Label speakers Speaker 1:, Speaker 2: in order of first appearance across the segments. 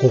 Speaker 1: こ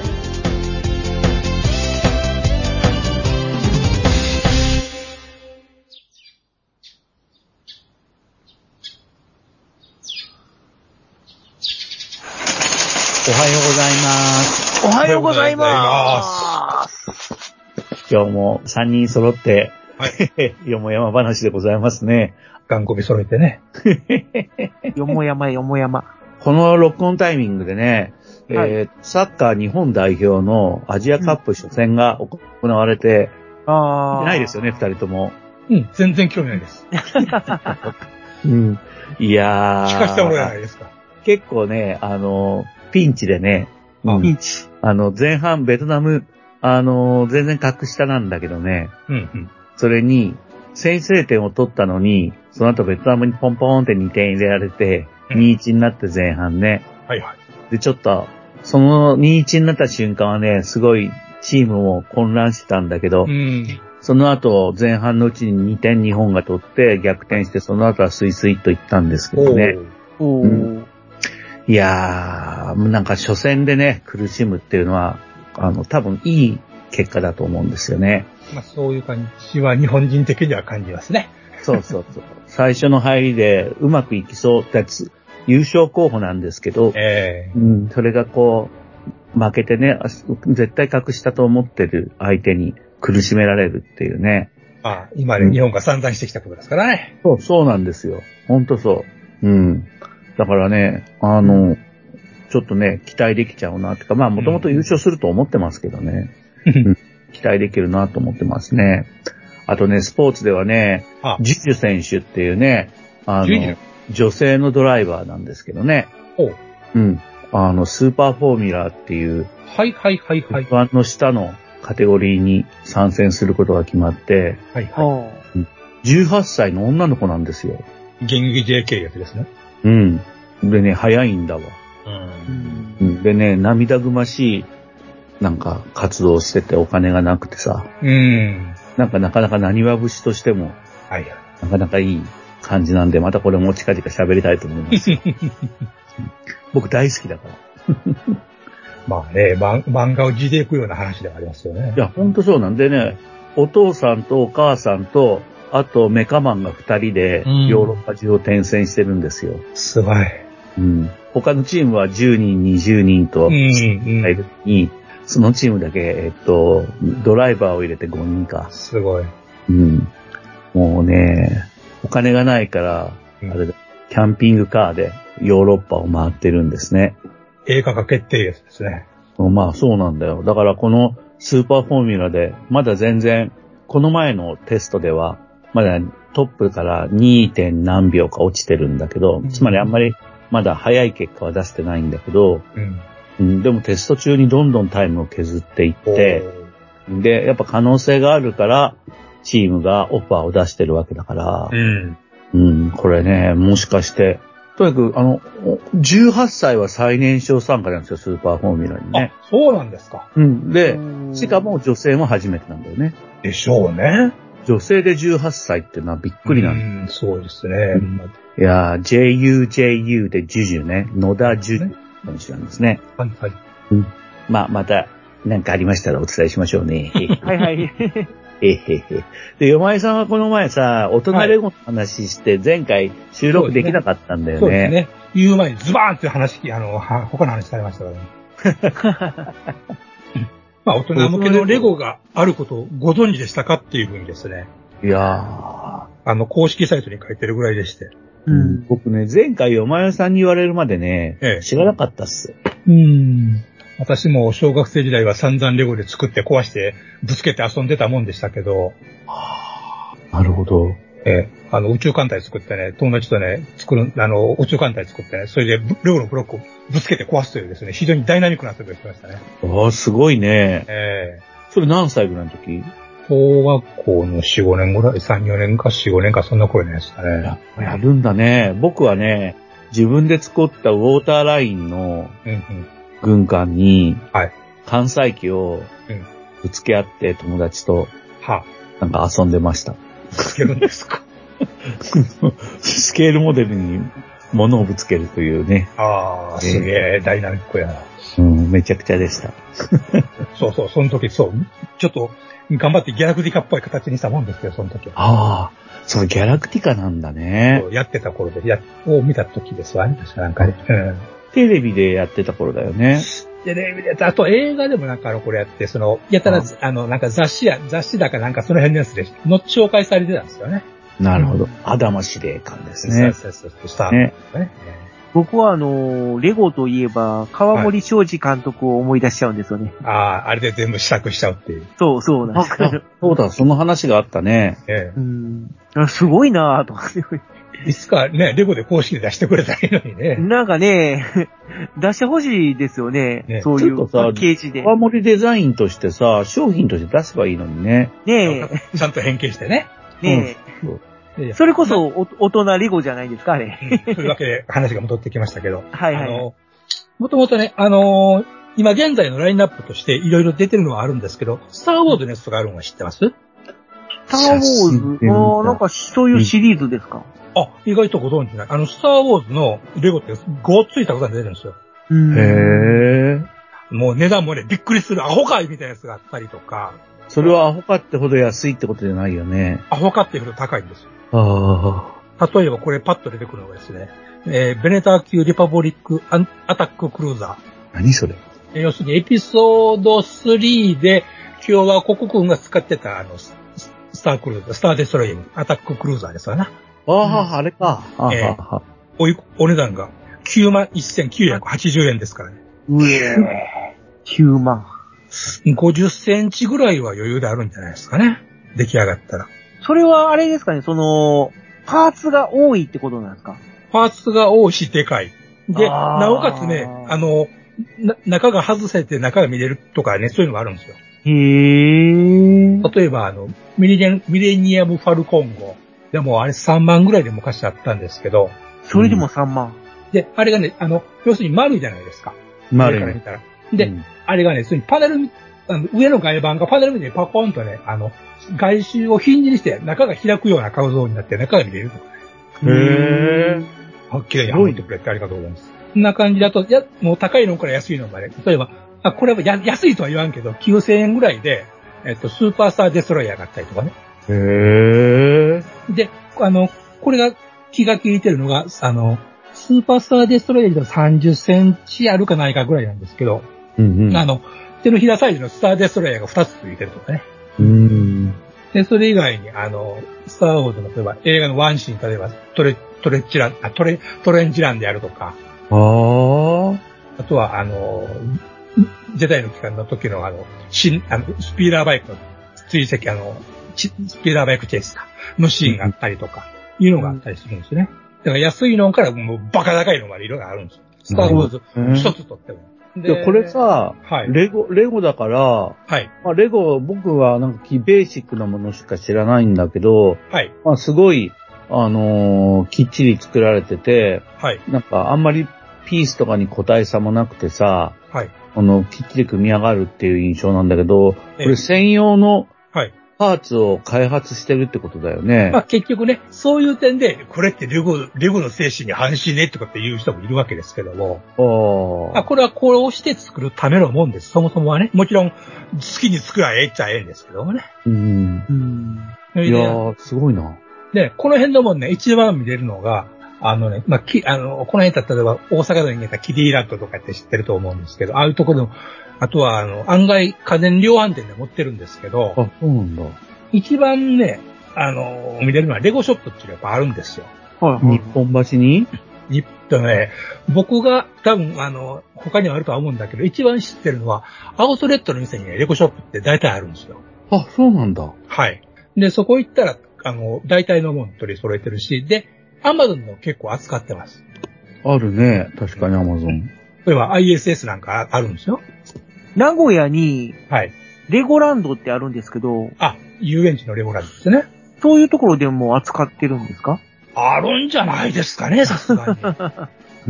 Speaker 2: おはようございます。
Speaker 3: おはようござい
Speaker 4: お
Speaker 3: ます。
Speaker 2: 今日も3人揃って、 よもやま話でございますね。
Speaker 1: 頑固び揃えてね
Speaker 3: よもやまよもやま。
Speaker 2: この録音タイミングでね、
Speaker 3: はい
Speaker 2: えーサッカー日本代表のアジアカップ初戦が行われて、
Speaker 3: あー
Speaker 2: ないですよね、二人とも。
Speaker 1: うん全然興味ないです
Speaker 2: うん。いやー。
Speaker 1: 聞かせてもらえないですか
Speaker 2: 結構ね、あの、ピンチでね、
Speaker 1: う
Speaker 3: ピンチ。
Speaker 2: あの、前半ベトナム、あの、全然格下なんだけどね、
Speaker 1: うん
Speaker 2: それに、先制点を取ったのに、その後ベトナムにポンポーンって2点入れられて、
Speaker 1: うん
Speaker 2: 2-1になって前半ね。
Speaker 1: はいはい
Speaker 2: で、ちょっと、その2-1になった瞬間はね、すごいチームも混乱してたんだけど、
Speaker 1: うん
Speaker 2: その後前半のうちに2点日本が取って逆転して、その後はスイスイと行ったんですけどね。
Speaker 3: お
Speaker 2: うんいやー、なんか初戦でね、苦しむっていうのは、あの、多分いい結果だと思うんですよね。
Speaker 1: まあ、そういう感じは日本人的には感じますね。
Speaker 2: そうそうそう。最初の入りでうまくいきそうだつ、優勝候補なんですけど、
Speaker 1: え
Speaker 2: うん、それがこう、負けてね、あ絶対格下と思ってる相手に苦しめられるっていうね。
Speaker 1: えまあ、今ね、日本が散々してきたことですからね。
Speaker 2: そう、そうなんですよ。ほんとそう。うん。だからね、あの、ちょっとね、期待できちゃうなってか、まあもともと優勝すると思ってますけどね、期待できるなと思ってますね。あとね、スポーツではね
Speaker 1: あ、
Speaker 2: ジュジュ選手っていうね、あ
Speaker 1: ジュジュ
Speaker 2: の、女性のドライバーなんですけどね。
Speaker 1: おう
Speaker 2: うん。あの、スーパーフォーミュラーっていう、
Speaker 1: はいはいはいはい。
Speaker 2: 不安の下のカテゴリーに参戦することが決まって、
Speaker 1: はいは
Speaker 3: おー
Speaker 2: 18歳の女の子なんですよ。
Speaker 1: い。現役 J 契約ですね。
Speaker 2: うん。でね、早いんだわ。
Speaker 1: う。
Speaker 3: うんん
Speaker 2: うんでね、涙ぐましい、なんか、活動をしててお金がなくてさ、
Speaker 1: うん。
Speaker 2: なんかなかなか何は節としても、
Speaker 1: はいはい。
Speaker 2: なかなかいい感じなんで、またこれも近々喋りたいと思い ます。僕大好きだから。
Speaker 1: まあね、ま漫画を字でいくような話ではありますよね
Speaker 2: い。や、ほんとそうなんでね、お父さんとお母さんと、あとメカマンが二人で
Speaker 1: うん
Speaker 2: ヨーロッパ中を転戦してるんですよ。
Speaker 1: すごい。
Speaker 2: うん。他のチームは10人、20人と
Speaker 1: うん、う
Speaker 2: 入
Speaker 1: ん。
Speaker 2: るに、そのチームだけ、えっと、ドライバーを入れて5人か。
Speaker 1: すごい。
Speaker 2: うん。もうね、お金がないから、
Speaker 1: うん
Speaker 2: あれだ、キャンピングカーでヨーロッパを回ってるんですね。
Speaker 1: 映画化決定ですね。
Speaker 2: まあそうなんだよ。だからこのスーパーフォーミュラで、まだ全然、この前のテストでは、まだトップから 2. 点何秒か落ちてるんだけど
Speaker 1: うん、
Speaker 2: つまりあんまりまだ早い結果は出してないんだけど、
Speaker 1: うん。
Speaker 2: うんでもテスト中にどんどんタイムを削っていって、で、やっぱ可能性があるから、チームがオファーを出してるわけだから
Speaker 1: おー、うん。
Speaker 2: うん、これね、もしかして、とにかく、あの、お18歳は最年少参加なんですよ、スーパーフォーミュラに
Speaker 1: あ、
Speaker 2: ね。
Speaker 1: そうなんですか。
Speaker 2: うん、で、
Speaker 3: うん
Speaker 2: しかも女性も初めてなんだよね。
Speaker 1: でしょうね。
Speaker 2: 女性で18歳っていうのはびっくりなんだ。
Speaker 1: うん、すごいですね。
Speaker 2: うん
Speaker 1: まあ
Speaker 2: いやー、JUJU でジュジュね。野田ジュジュ選手なんですね。
Speaker 1: はいはい。
Speaker 2: まあ、また、なんかありましたらお伝えしましょ うね。
Speaker 3: はいはい。
Speaker 2: へへへへ。で、よまえさんはこの前さ、大人レゴの話して、前回収録できなかったんだよ
Speaker 1: そうです
Speaker 2: ね。
Speaker 1: ね。言う前にズバーンって話聞き、あの、は他の話されましたからね。 まあ、大人向けのレゴがあることをご存知でしたかっていうふうにですね、
Speaker 2: いや
Speaker 1: あの、公式サイトに書いてるぐらいでして。
Speaker 2: ー、
Speaker 3: うん
Speaker 2: 僕ね、前回よまえさんに言われるまでね、
Speaker 1: ええ
Speaker 2: 知らなかったっす。
Speaker 1: うん。私も小学生時代は散々レゴで作って壊して、ぶつけて遊んでたもんでしたけど、
Speaker 2: なるほど。
Speaker 1: ええ、あの、宇宙艦隊作ってね、友達とね、作る、あの、宇宙艦隊作ってね、それでぶレゴのブロックをぶつけて壊すというですね、非常にダイナミックな遊びをしてましたね。
Speaker 2: ああ、すごいね。
Speaker 1: え
Speaker 2: それ何歳ぐらいの時
Speaker 1: え小学校の4、5年ぐらい、3、4年か4、5年か、そんな頃のやつだね。
Speaker 2: やるんだね。僕はね、自分で作ったウォーターラインの
Speaker 1: うんうん。
Speaker 2: 軍艦に、
Speaker 1: はい
Speaker 2: 艦載機を
Speaker 1: うん
Speaker 2: ぶつけ合って友達と
Speaker 1: は
Speaker 2: なんか遊んでました。
Speaker 1: あ、つけるんです か
Speaker 2: スケールモデルに物をぶつけるというね、
Speaker 1: ああ、すげえ、ダイナミックやな。
Speaker 2: うん、めちゃくちゃでした。
Speaker 1: そうそう、その時、そう、ちょっと、頑張ってギャラクティカっぽい形にしたもんですけど、その時は。
Speaker 2: ああ、そう、ギャラクティカなんだね
Speaker 1: そ。うやってた頃で、や、を見た時ですわね、確かなんかね。うん。
Speaker 2: テレビでやってた頃だよね。
Speaker 1: テレビでやった、あと映画でもなんかあの、これやって、その、やたら、あの、なんか雑誌や、雑誌だかなんかその辺のやつで、の紹介されてたんですよね。
Speaker 2: なるほど。アダマ司令官ですね。
Speaker 1: そうそうそう、スター
Speaker 2: ね。
Speaker 1: トね。
Speaker 3: 僕はあのー、レゴといえば、川森昌司監督を思い出しちゃうんですよね。
Speaker 1: ああ、あれで全部試作しちゃうっていう。
Speaker 3: そうそうなんです
Speaker 2: あそうだ、その話があったね。
Speaker 1: え
Speaker 3: うん。あすごいなぁと思って。
Speaker 1: えいつかね、レゴで公式で出してくれたらいいのにね。
Speaker 3: なんかね、出してほしいですよね。
Speaker 1: ね
Speaker 3: そうい
Speaker 2: ちょ
Speaker 3: う
Speaker 2: っとさ
Speaker 3: パッケージで。
Speaker 2: 泡盛デザインとしてさ、商品として出せばいいのにね。
Speaker 3: ね
Speaker 1: ちゃんと変形してね。
Speaker 3: え、ね
Speaker 1: いやい
Speaker 3: え。
Speaker 1: や
Speaker 3: それこそお、大人レゴじゃないですか、あれ。
Speaker 1: うんというわけで話が戻ってきましたけど。
Speaker 3: はいは
Speaker 1: あ
Speaker 3: い。
Speaker 1: の、もともとね、あのー今現在のラインナップとしていろいろ出てるのはあるんですけど、スターウォーズのやつとかあるのは知ってます
Speaker 3: スターウォーズ、ああ、なんかそういうシリーズですか。
Speaker 1: あ、意外とご存知ない。あの、スターウォーズのレゴってごっついたくさん出てるんですよ。
Speaker 3: うん。
Speaker 2: へえ。
Speaker 1: もう値段もね、びっくりするアホかいみたいなやつがあったりとか、
Speaker 2: それはアホかってほど安いってことじゃないよね。
Speaker 1: アホかっていうほど高いんですよ。
Speaker 2: ああ。
Speaker 1: 例えばこれパッと出てくるのがですね、えーベネター級リパブリックアンアタッククルーザー。
Speaker 2: 何それ
Speaker 1: えー要するにエピソード3で共和国軍が使ってたあの、スススタークルーザー、スターデストロイヤー、アタッククルーザーですわな。
Speaker 2: ああ、あれか。ああ、
Speaker 1: ええ
Speaker 2: あ
Speaker 1: おい、お値段が9万1980円ですからね。
Speaker 3: うえ9万。
Speaker 1: 50センチぐらいは余裕であるんじゃないですかね。出来上がったら。
Speaker 3: それはあれですかね、その、パーツが多いってことなんですか
Speaker 1: パーツが多いし、でかい。で、
Speaker 3: あー
Speaker 1: なおかつね、あの、な中が外せて中が見れるとかね、そういうのがあるんですよ。
Speaker 3: へえ。
Speaker 1: 例えば、あの、ミレニアミレニアムファルコン号。でもあれ3万ぐらいで昔あったんですけど、
Speaker 3: それでも3万。
Speaker 1: で、あれがね、あの、要するに丸いじゃないですか。
Speaker 2: まあ、
Speaker 1: 上から見たら。で、
Speaker 2: うん
Speaker 1: あれがね、要するにパネル、あの上の外板がパネルみたいにパコーンとね、あの、外周をヒンジにして中が開くような構造になって中が見れるとか。
Speaker 2: へー
Speaker 1: あ、綺麗に入ってくれてありがとうございます。こんな感じだと、や、もう高いのから安いのまで。例えば、あ、これはや安いとは言わんけど、9000円ぐらいで、えっと、スーパースターデストロイヤーがあったりとかね。
Speaker 2: へえ。
Speaker 1: で、あの、これが気が利いてるのが、あの、スーパースターデストロイヤーで30センチあるかないかぐらいなんですけど、
Speaker 2: うんう
Speaker 1: あ
Speaker 2: ん。
Speaker 1: の、手のひらサイズのスターデストロイヤーが2つついてるとかね。
Speaker 2: うん。
Speaker 1: で、それ以外に、あの、スターウォーズの、例えば映画のワンシーン、例えばトレ、トレッチラン、あ、トレ、トレンジランであるとか、
Speaker 2: ああ。
Speaker 1: あとは、あの、ジェダイの期間の時の、あの、新、あの、スピーダーバイクの追跡、あの、チスピーダーバイクチェイスか、のシーンがあったりとか、いうのがあったりするんですよね。だから安いのからもうバカ高いのまで色があるんですよ。スターウォーズ
Speaker 2: うん
Speaker 1: 一つとっても。
Speaker 2: で、これ、さ、
Speaker 1: はい。
Speaker 2: レゴ、レゴだから、
Speaker 1: はい。
Speaker 2: まあ、レゴ、僕はなんか、ベーシックなものしか知らないんだけど、
Speaker 1: はい。
Speaker 2: まあ、すごい、あのーきっちり作られてて、
Speaker 1: はい。
Speaker 2: なんか、あんまりピースとかに個体差もなくてさ、
Speaker 1: はい。
Speaker 2: あの、きっちり組み上がるっていう印象なんだけど、こ
Speaker 1: ええ
Speaker 2: れ専用の
Speaker 1: はい。
Speaker 2: パーツを開発してるってことだよね
Speaker 1: ま。あ結局ね、そういう点で、これってレゴ、レゴの精神に反しねとかって言う人もいるわけですけども、
Speaker 2: あ
Speaker 1: まあ
Speaker 2: ー
Speaker 1: これはこうして作るためのもんです。そもそもはね、もちろん好きに作らええっちゃええんですけどもね。
Speaker 2: うん。
Speaker 3: うん。
Speaker 1: で
Speaker 2: いやー、すごいな。
Speaker 1: で、この辺のもんね、一番見れるのが、あのね、まあ、き、あの、この辺だったら、例えば大阪でにったキディラットとかって知ってると思うんですけど、ああいうところでも、あとは、あの、案外家電量販店で持ってるんですけど、
Speaker 2: あ、そうなんだ。
Speaker 1: 一番ね、あの、見れるのはレゴショップっていうのがやっぱあるんですよ。
Speaker 3: はいはい
Speaker 2: 日。本橋に
Speaker 1: えっとね、僕が多分あの、他にはあるとは思うんだけど、一番知ってるのは、アウトレットの店にね、レゴショップって大体あるんですよ。
Speaker 2: あ、そうなんだ。
Speaker 1: はい。で、そこ行ったら、あの、大体のもん取り揃えてるし、で、アマゾンの結構扱ってます。
Speaker 2: あるね。確かにアマゾン。
Speaker 1: 例えば ISS なんかああるんですよ。
Speaker 3: 名古屋に
Speaker 1: はい。
Speaker 3: レゴランドってあるんですけど、
Speaker 5: あ、遊園地のレゴランドですね。
Speaker 3: そういうところでも扱ってるんですか
Speaker 5: あるんじゃないですかね、さすがに。
Speaker 2: う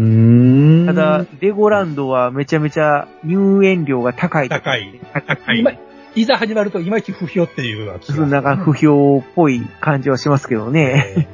Speaker 2: ーん。
Speaker 3: ただ、、レゴランドはめちゃめちゃ入園料 が高い。
Speaker 5: 高い。
Speaker 3: 高
Speaker 5: 今、いざ始まるといまいち不評っていうような気が
Speaker 3: 絆が不評っぽい感じはしますけどね。
Speaker 5: え
Speaker 1: い。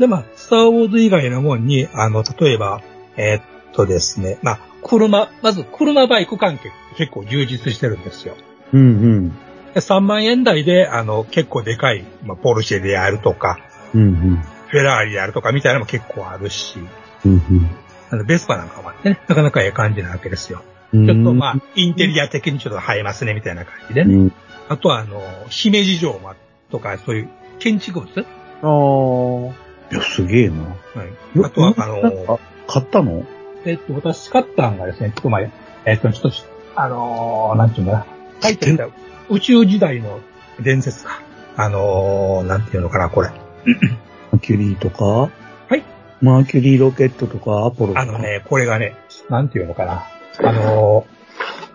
Speaker 1: で、まあ、スターウォーズ以外のもんに、あの、例えば、えーっとですね、まあ、車、まず車バイク関係結構充実してるんですよ。
Speaker 2: うん
Speaker 1: で3万円台で、あの、結構でかい、まあ、ポルシェでやるとか、
Speaker 2: うん。うん
Speaker 1: フェラーリでやるとかみたいなのも結構あるし、
Speaker 2: うん。うん
Speaker 1: あのベスパなんかもあってね、なかなかええ感じなわけですよ。
Speaker 2: うん。
Speaker 1: ちょっとまあ、インテリア的にちょっと映えますね、みたいな感じで
Speaker 2: う
Speaker 1: ね。
Speaker 2: ん、
Speaker 1: あとは、あの、姫路城もあとか、そういう建築物はい
Speaker 3: おー
Speaker 2: いや、すげえな。
Speaker 1: あとは、あ
Speaker 2: なん
Speaker 1: の、
Speaker 2: か買ったの
Speaker 1: えっと、私買ったのがですね、ちょっと前、えっと、ちょっと、あのー、なんていうのかな。書いてみた宇宙時代の伝説か。あのー、なんていうのかな、これ。。
Speaker 2: マーキュリーとかはいマーキュリーロケットとか、アポロとか。
Speaker 1: あの。ね、これがね、なんていうのかな。あの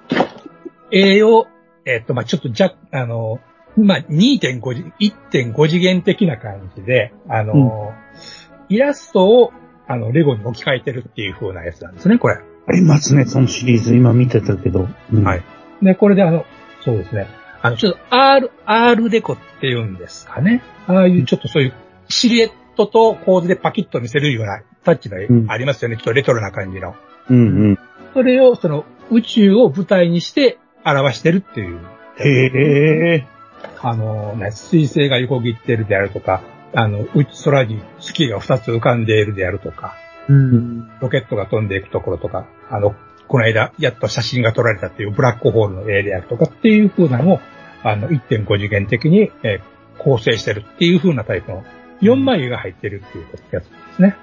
Speaker 1: ー、栄養、えっと、まあ、ちょっとじゃ、あのー、まあ、2.5次、1.5次元的な感じで、あのー、イラストを、あの、レゴに置き換えてるっていう風なやつなんですね、これ。
Speaker 2: ありますね、そのシリーズ。今見てたけど。うん
Speaker 1: はい。で、これであの、そうですね。あの、ちょっと R、R デコっていうんですかね。ああいう、ちょっとそういうシルエットと構図でパキッと見せるようなタッチがありますよね。ちょっとレトロな感じの。
Speaker 2: うんうん。
Speaker 1: それを、その、宇宙を舞台にして表してるっていう。
Speaker 2: へえ。
Speaker 1: あの、ね、水星が横切ってるであるとか、あの、う空に月が2つ浮かんでいるであるとか、
Speaker 3: うん。
Speaker 1: ロケットが飛んでいくところとか、あの、この間、やっと写真が撮られたっていうブラックホールの絵であるとかっていう風なのを、あの、1.5次元的に、えー構成してるっていう風なタイプの4枚絵が入ってるっていうやつですね。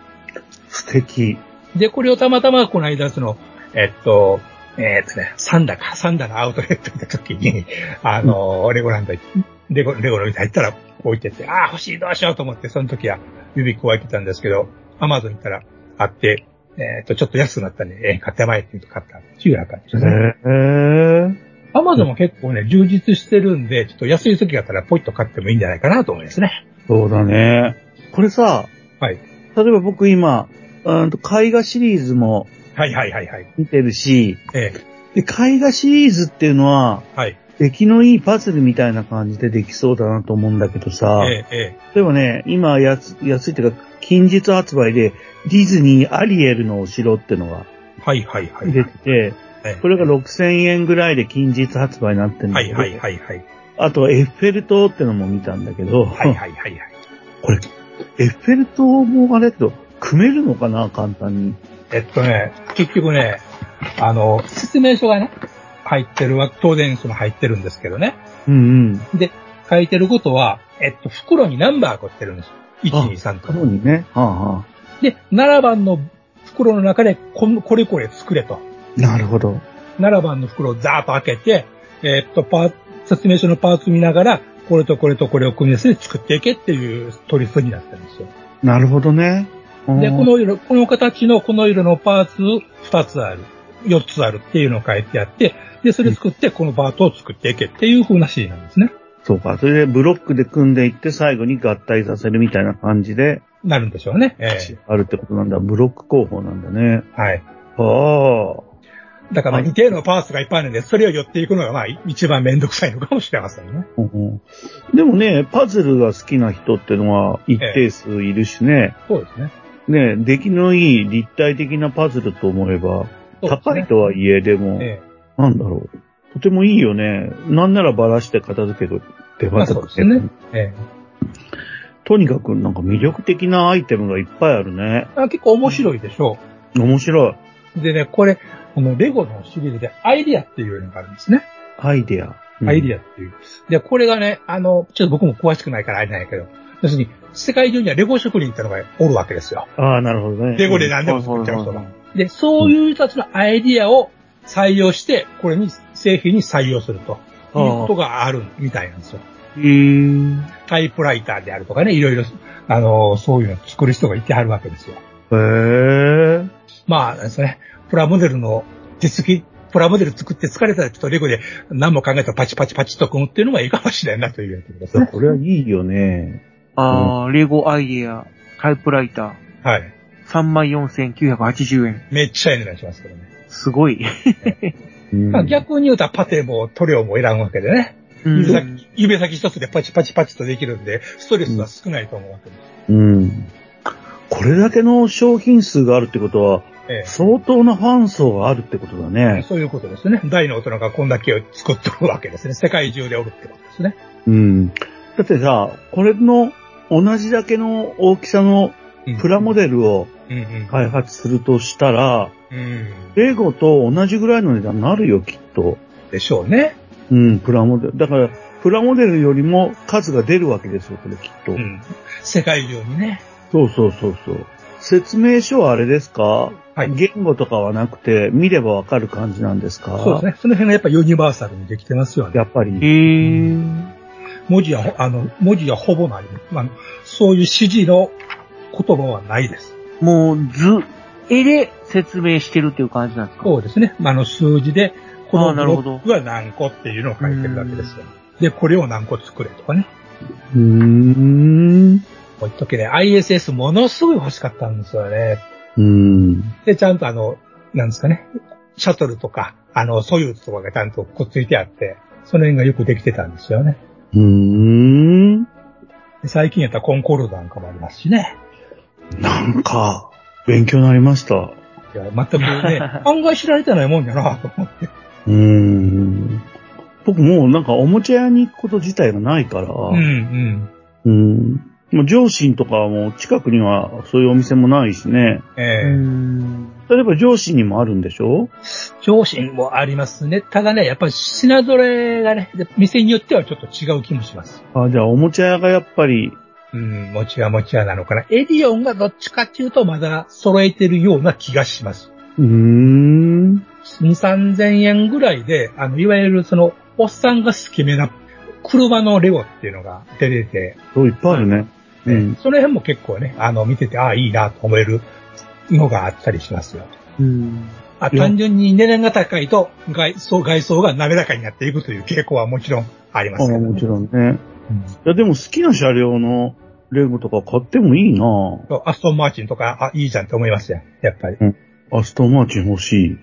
Speaker 2: 素敵。
Speaker 1: で、これをたまたまこの間、その、えっと、えっとね、サンダか、サンダのアウトレット行った時に、 あの、レゴランド行っ、レゴ、レゴの店入ったら置いてて、ああ、欲しい、どうしようと思って、その時は指加えてたんですけど、アマゾン行ったらあって、えっと、ちょっと安くなったんで、えー買ってまいって言うと買ったっていうような感じ
Speaker 2: へ
Speaker 1: ですね。
Speaker 2: え。
Speaker 1: アマゾンも結構ね、充実してるんで、ちょっと安い時があったらポイッと買ってもいいんじゃないかなと思いますね。
Speaker 2: そうだね。これさ、
Speaker 1: はい。
Speaker 2: 例えば僕今、うーんと絵画シリーズも
Speaker 1: はいはいはいはい。
Speaker 2: 見てるし、
Speaker 1: え
Speaker 2: で、絵画シリーズっていうのは、
Speaker 1: ーはい。
Speaker 2: 出来のいいパズルみたいな感じでできそうだなと思うんだけどさ、
Speaker 1: えーえ
Speaker 2: 例えばね、今安、安いっていうか、近日発売で、ディズニーアリエルのお城っていうのが
Speaker 1: ーはいはいはい。
Speaker 2: 出てて、
Speaker 1: えー
Speaker 2: これが6000円ぐらいで近日発売になってるん
Speaker 1: は
Speaker 2: だけ
Speaker 1: い
Speaker 2: ど、
Speaker 1: はいはいはい。
Speaker 2: あとエッフェル塔ってのも見たんだけど、
Speaker 1: はいはいはいはい。
Speaker 2: これ、 エッフェル塔もあれだけど、組めるのかな簡単に。
Speaker 1: えっとね、結局ね、あの、説明書がね、入ってるわ、当然その入ってるんですけどね。
Speaker 2: うんうん。
Speaker 1: 書いてることは、えっと、袋にナンバーが売ってるんですよ。1、2、3
Speaker 2: こ
Speaker 1: と。
Speaker 2: のにね。はあ、はあ、
Speaker 1: で、7番の袋の中でこん、これこれ作れと。
Speaker 2: なるほど。
Speaker 1: 7番の袋をザーッと開けて、えっと、パーツ説明書のパーツ見ながら、これとこれとこれを組み合わせて作っていけっていう取り組みになってるんですよ。
Speaker 2: なるほどね。
Speaker 1: で、
Speaker 2: うん
Speaker 1: この色、この形のこの色のパーツ2つある、4つあるっていうのを書いてあって、で、それ作ってこのパートを作っていけっていう風なシーンなんですね。
Speaker 2: そうか。それでブロックで組んでいって最後に合体させるみたいな感じで、
Speaker 1: なるんでしょうね。ええ
Speaker 2: あるってことなんだ。ブロック工法なんだね。
Speaker 1: はい。
Speaker 2: は
Speaker 1: だからまあ
Speaker 2: はい
Speaker 1: 似てるのパーツがいっぱいあるんで、それを寄っていくのがまあ一番めんどくさいのかもしれませんね。
Speaker 2: あ、うんでもね、パズルが好きな人ってのは一定数いるしね。
Speaker 1: そうですね。
Speaker 2: ね、出来のいい立体的なパズルと思えば、高いとはいえ、でも、
Speaker 1: ええ
Speaker 2: なんだろう。とてもいいよね。なんならばらして片付けるって
Speaker 1: まあそうですね。ええ
Speaker 2: とにかくなんか魅力的なアイテムがいっぱいあるね。
Speaker 1: あ結構面白いでしょ
Speaker 2: 面白い。
Speaker 1: う。でね、これ、このレゴのシリーズでアイディアっていうのがあるんですね。
Speaker 2: アイデア。
Speaker 1: アイデ
Speaker 2: ア。
Speaker 1: ィアっていう。で、これがね、あの、ちょっと僕も詳しくないからあれなんやけど、要するに、世界中にはレゴ職人ってのがおるわけですよ。
Speaker 2: ああ、なるほどね。
Speaker 1: レゴで何でも作っちゃう人が。で、そういう人たちのアイディアを採用して、これに、製品に採用するということがあるみたいなんですよ。
Speaker 2: へー
Speaker 1: タイプライターであるとかね、いろいろ、あの、そういうのを作る人がいてはるわけですよ。
Speaker 2: へえ。
Speaker 1: まあ、ですね、プラモデルの手すき、プラモデル作って疲れたらちょっとレゴで何も考えたらパチパチパチっと組むっていうのがいいかもしれんなというやつです。
Speaker 2: これはいいよね。
Speaker 3: あー、レゴアイデア、タイプライタ
Speaker 1: はい。
Speaker 3: ー、34,980円。
Speaker 1: めっちゃいい値段しますけどね。
Speaker 3: すごい。
Speaker 2: うん
Speaker 1: まあ、逆に言うたらパテも塗料もいらんわけでね。
Speaker 3: うん
Speaker 1: 指先指先一つでパチパチパチとできるんで、ストレスが少ないと思うわけです。
Speaker 2: うん。これだけの商品数があるってことは、
Speaker 1: え
Speaker 2: 相当なファン層があるってことだ
Speaker 1: え
Speaker 2: ね。
Speaker 1: そういうことですね。大の大人がこんだけを作ってるわけですね。世界中でおるってことですね。
Speaker 2: うん。だってさ、これの同じだけの大きさのプラモデルを
Speaker 1: うんうん。
Speaker 2: 開発するとしたら、
Speaker 1: うん。
Speaker 2: レゴと同じぐらいの値段になるよ、きっと。
Speaker 1: でしょうね。
Speaker 2: うん、プラモデル。だから、プラモデルよりも数が出るわけですよ、これきっと。
Speaker 1: うん。世界中にね。
Speaker 2: そうそうそうそう。説明書はあれですか
Speaker 1: はい
Speaker 2: 言語とかはなくて、見ればわかる感じなんですか
Speaker 1: そうです
Speaker 2: ね。
Speaker 1: ね。その辺がやっぱユニバーサルにできてますよね。
Speaker 2: やっぱり。
Speaker 3: へー。
Speaker 1: 文字はほ、あの、文字はほぼない。まあ、そういう指示の言葉はないです。
Speaker 3: もう、図、絵で説明してるっていう感じなんですか
Speaker 1: そうですね。まあ、あの、数字で、こ
Speaker 3: あ
Speaker 1: の
Speaker 3: ー
Speaker 1: ブ
Speaker 3: なる
Speaker 1: ロ
Speaker 3: ほど
Speaker 1: ックは何個っていうのを書いてるわけですよ。で、これを何個作れとかね。
Speaker 2: うーん。
Speaker 1: もう一時ね、ISS ものすごい欲しかったんですよね。
Speaker 2: うん。
Speaker 1: で、ちゃんとあの、なんですかね、シャトルとか、あの、ソユーズとかがちゃんとくっついてあって、その辺がよくできてたんですよね。
Speaker 2: うーん。
Speaker 1: で最近やったらコンコルドなんかもありますしね。
Speaker 2: なんか、勉強になりました。う
Speaker 1: いや、全く ね、案外知られてないもんやなと思って。
Speaker 2: ーん。僕もうなんかおもちゃ屋に行くこと自体がないから、
Speaker 1: うんうん。
Speaker 2: うん。もう上信とかはもう近くにはそういうお店もないしね。
Speaker 1: え
Speaker 3: う
Speaker 1: え
Speaker 3: ーん。
Speaker 2: 例えば上信にもあるんでしょ
Speaker 1: 上心もありますね。ただね、やっぱり品揃えがね、で店によってはちょっと違う気もします。
Speaker 2: あじゃあおもちゃ屋がやっぱり、
Speaker 1: うん、持ちは持ちはなのかな。エディオンがどっちかっていうとまだ揃えてるような気がします。
Speaker 2: うーん。
Speaker 1: 2、3000円ぐらいで、あの、いわゆるその、おっさんが好きめな車のレゴっていうのが出てて、
Speaker 2: そういっぱいあるね。う
Speaker 1: ね
Speaker 2: ん。
Speaker 1: その辺も結構ね、あの、見てて、ああ、いいなと思えるのがあったりしますよ。
Speaker 3: うん。
Speaker 1: あ
Speaker 2: いや
Speaker 1: 単純に値段が高いと外装、外装が滑らかになっていくという傾向はもちろんありま
Speaker 2: あ
Speaker 1: すけど、ね。
Speaker 2: もちろんね。
Speaker 1: うん
Speaker 2: いや、でも好きな車両のレゴとか買ってもいいな
Speaker 1: アストンマーチンとか、あ、いいじゃんって思いますよ。やっぱり。
Speaker 2: アストンマーチン欲しい。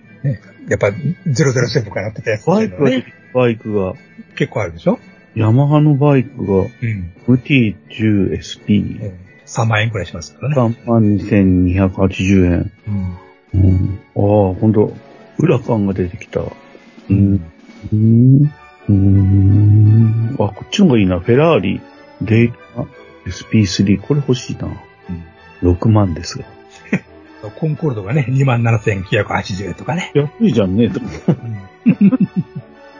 Speaker 1: やっぱ、007かなってたやつって
Speaker 2: バ
Speaker 1: い
Speaker 2: イ
Speaker 1: う
Speaker 2: ク
Speaker 1: のは
Speaker 2: が、
Speaker 1: ね。
Speaker 2: バイクが、
Speaker 1: 結構あるでしょ
Speaker 2: ヤマハのバイク
Speaker 1: う
Speaker 2: が
Speaker 1: ん。
Speaker 2: MT10SP。
Speaker 1: 3万円くらいしますからね。
Speaker 2: 32,280円。
Speaker 1: うん。
Speaker 2: うん。ああ、ほんと、裏感が出てきた。うん。うん。うん。あ、こっちの方がいいな。フェラーリ、デイタ、SP3。これ欲しいな。6万ですが。
Speaker 1: コンコルドがね、27,980円とかね。
Speaker 2: 安いじゃんね、と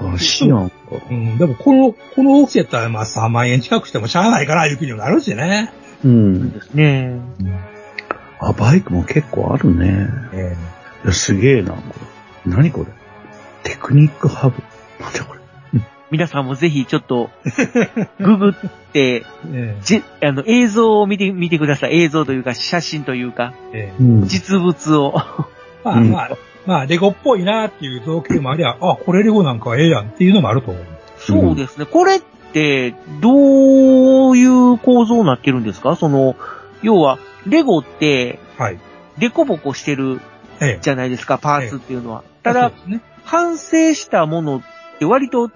Speaker 2: あ、シアンか。
Speaker 1: うん。でも、この、この大きさやったら、まあ、3万円近くしてもしゃあないかな、いう気にもなるしね。
Speaker 2: うん。
Speaker 3: ね
Speaker 2: あ、バイクも結構あるね。
Speaker 1: え
Speaker 2: いや、すげえな、これ。何これテクニックハブ。なんだこれ。
Speaker 3: え。皆さんもぜひちょっと、ググって、
Speaker 1: え
Speaker 3: じ、あの、映像を見て、見てください。映像というか、写真というか、
Speaker 1: ええ
Speaker 2: うん
Speaker 3: 実物を。
Speaker 1: まあまあ、まあ、レゴっぽいなっていう造形もありゃ、あ、これレゴなんかええやんっていうのもあると思う。
Speaker 3: そうですね。これって、どういう構造になってるんですかその、要は、レゴって、
Speaker 1: はい。
Speaker 3: デコボコしてる
Speaker 1: ええ。
Speaker 3: じゃないですか、パーツっていうのは。た
Speaker 1: そう
Speaker 3: だ
Speaker 1: で、すね、
Speaker 3: 完成したものって割と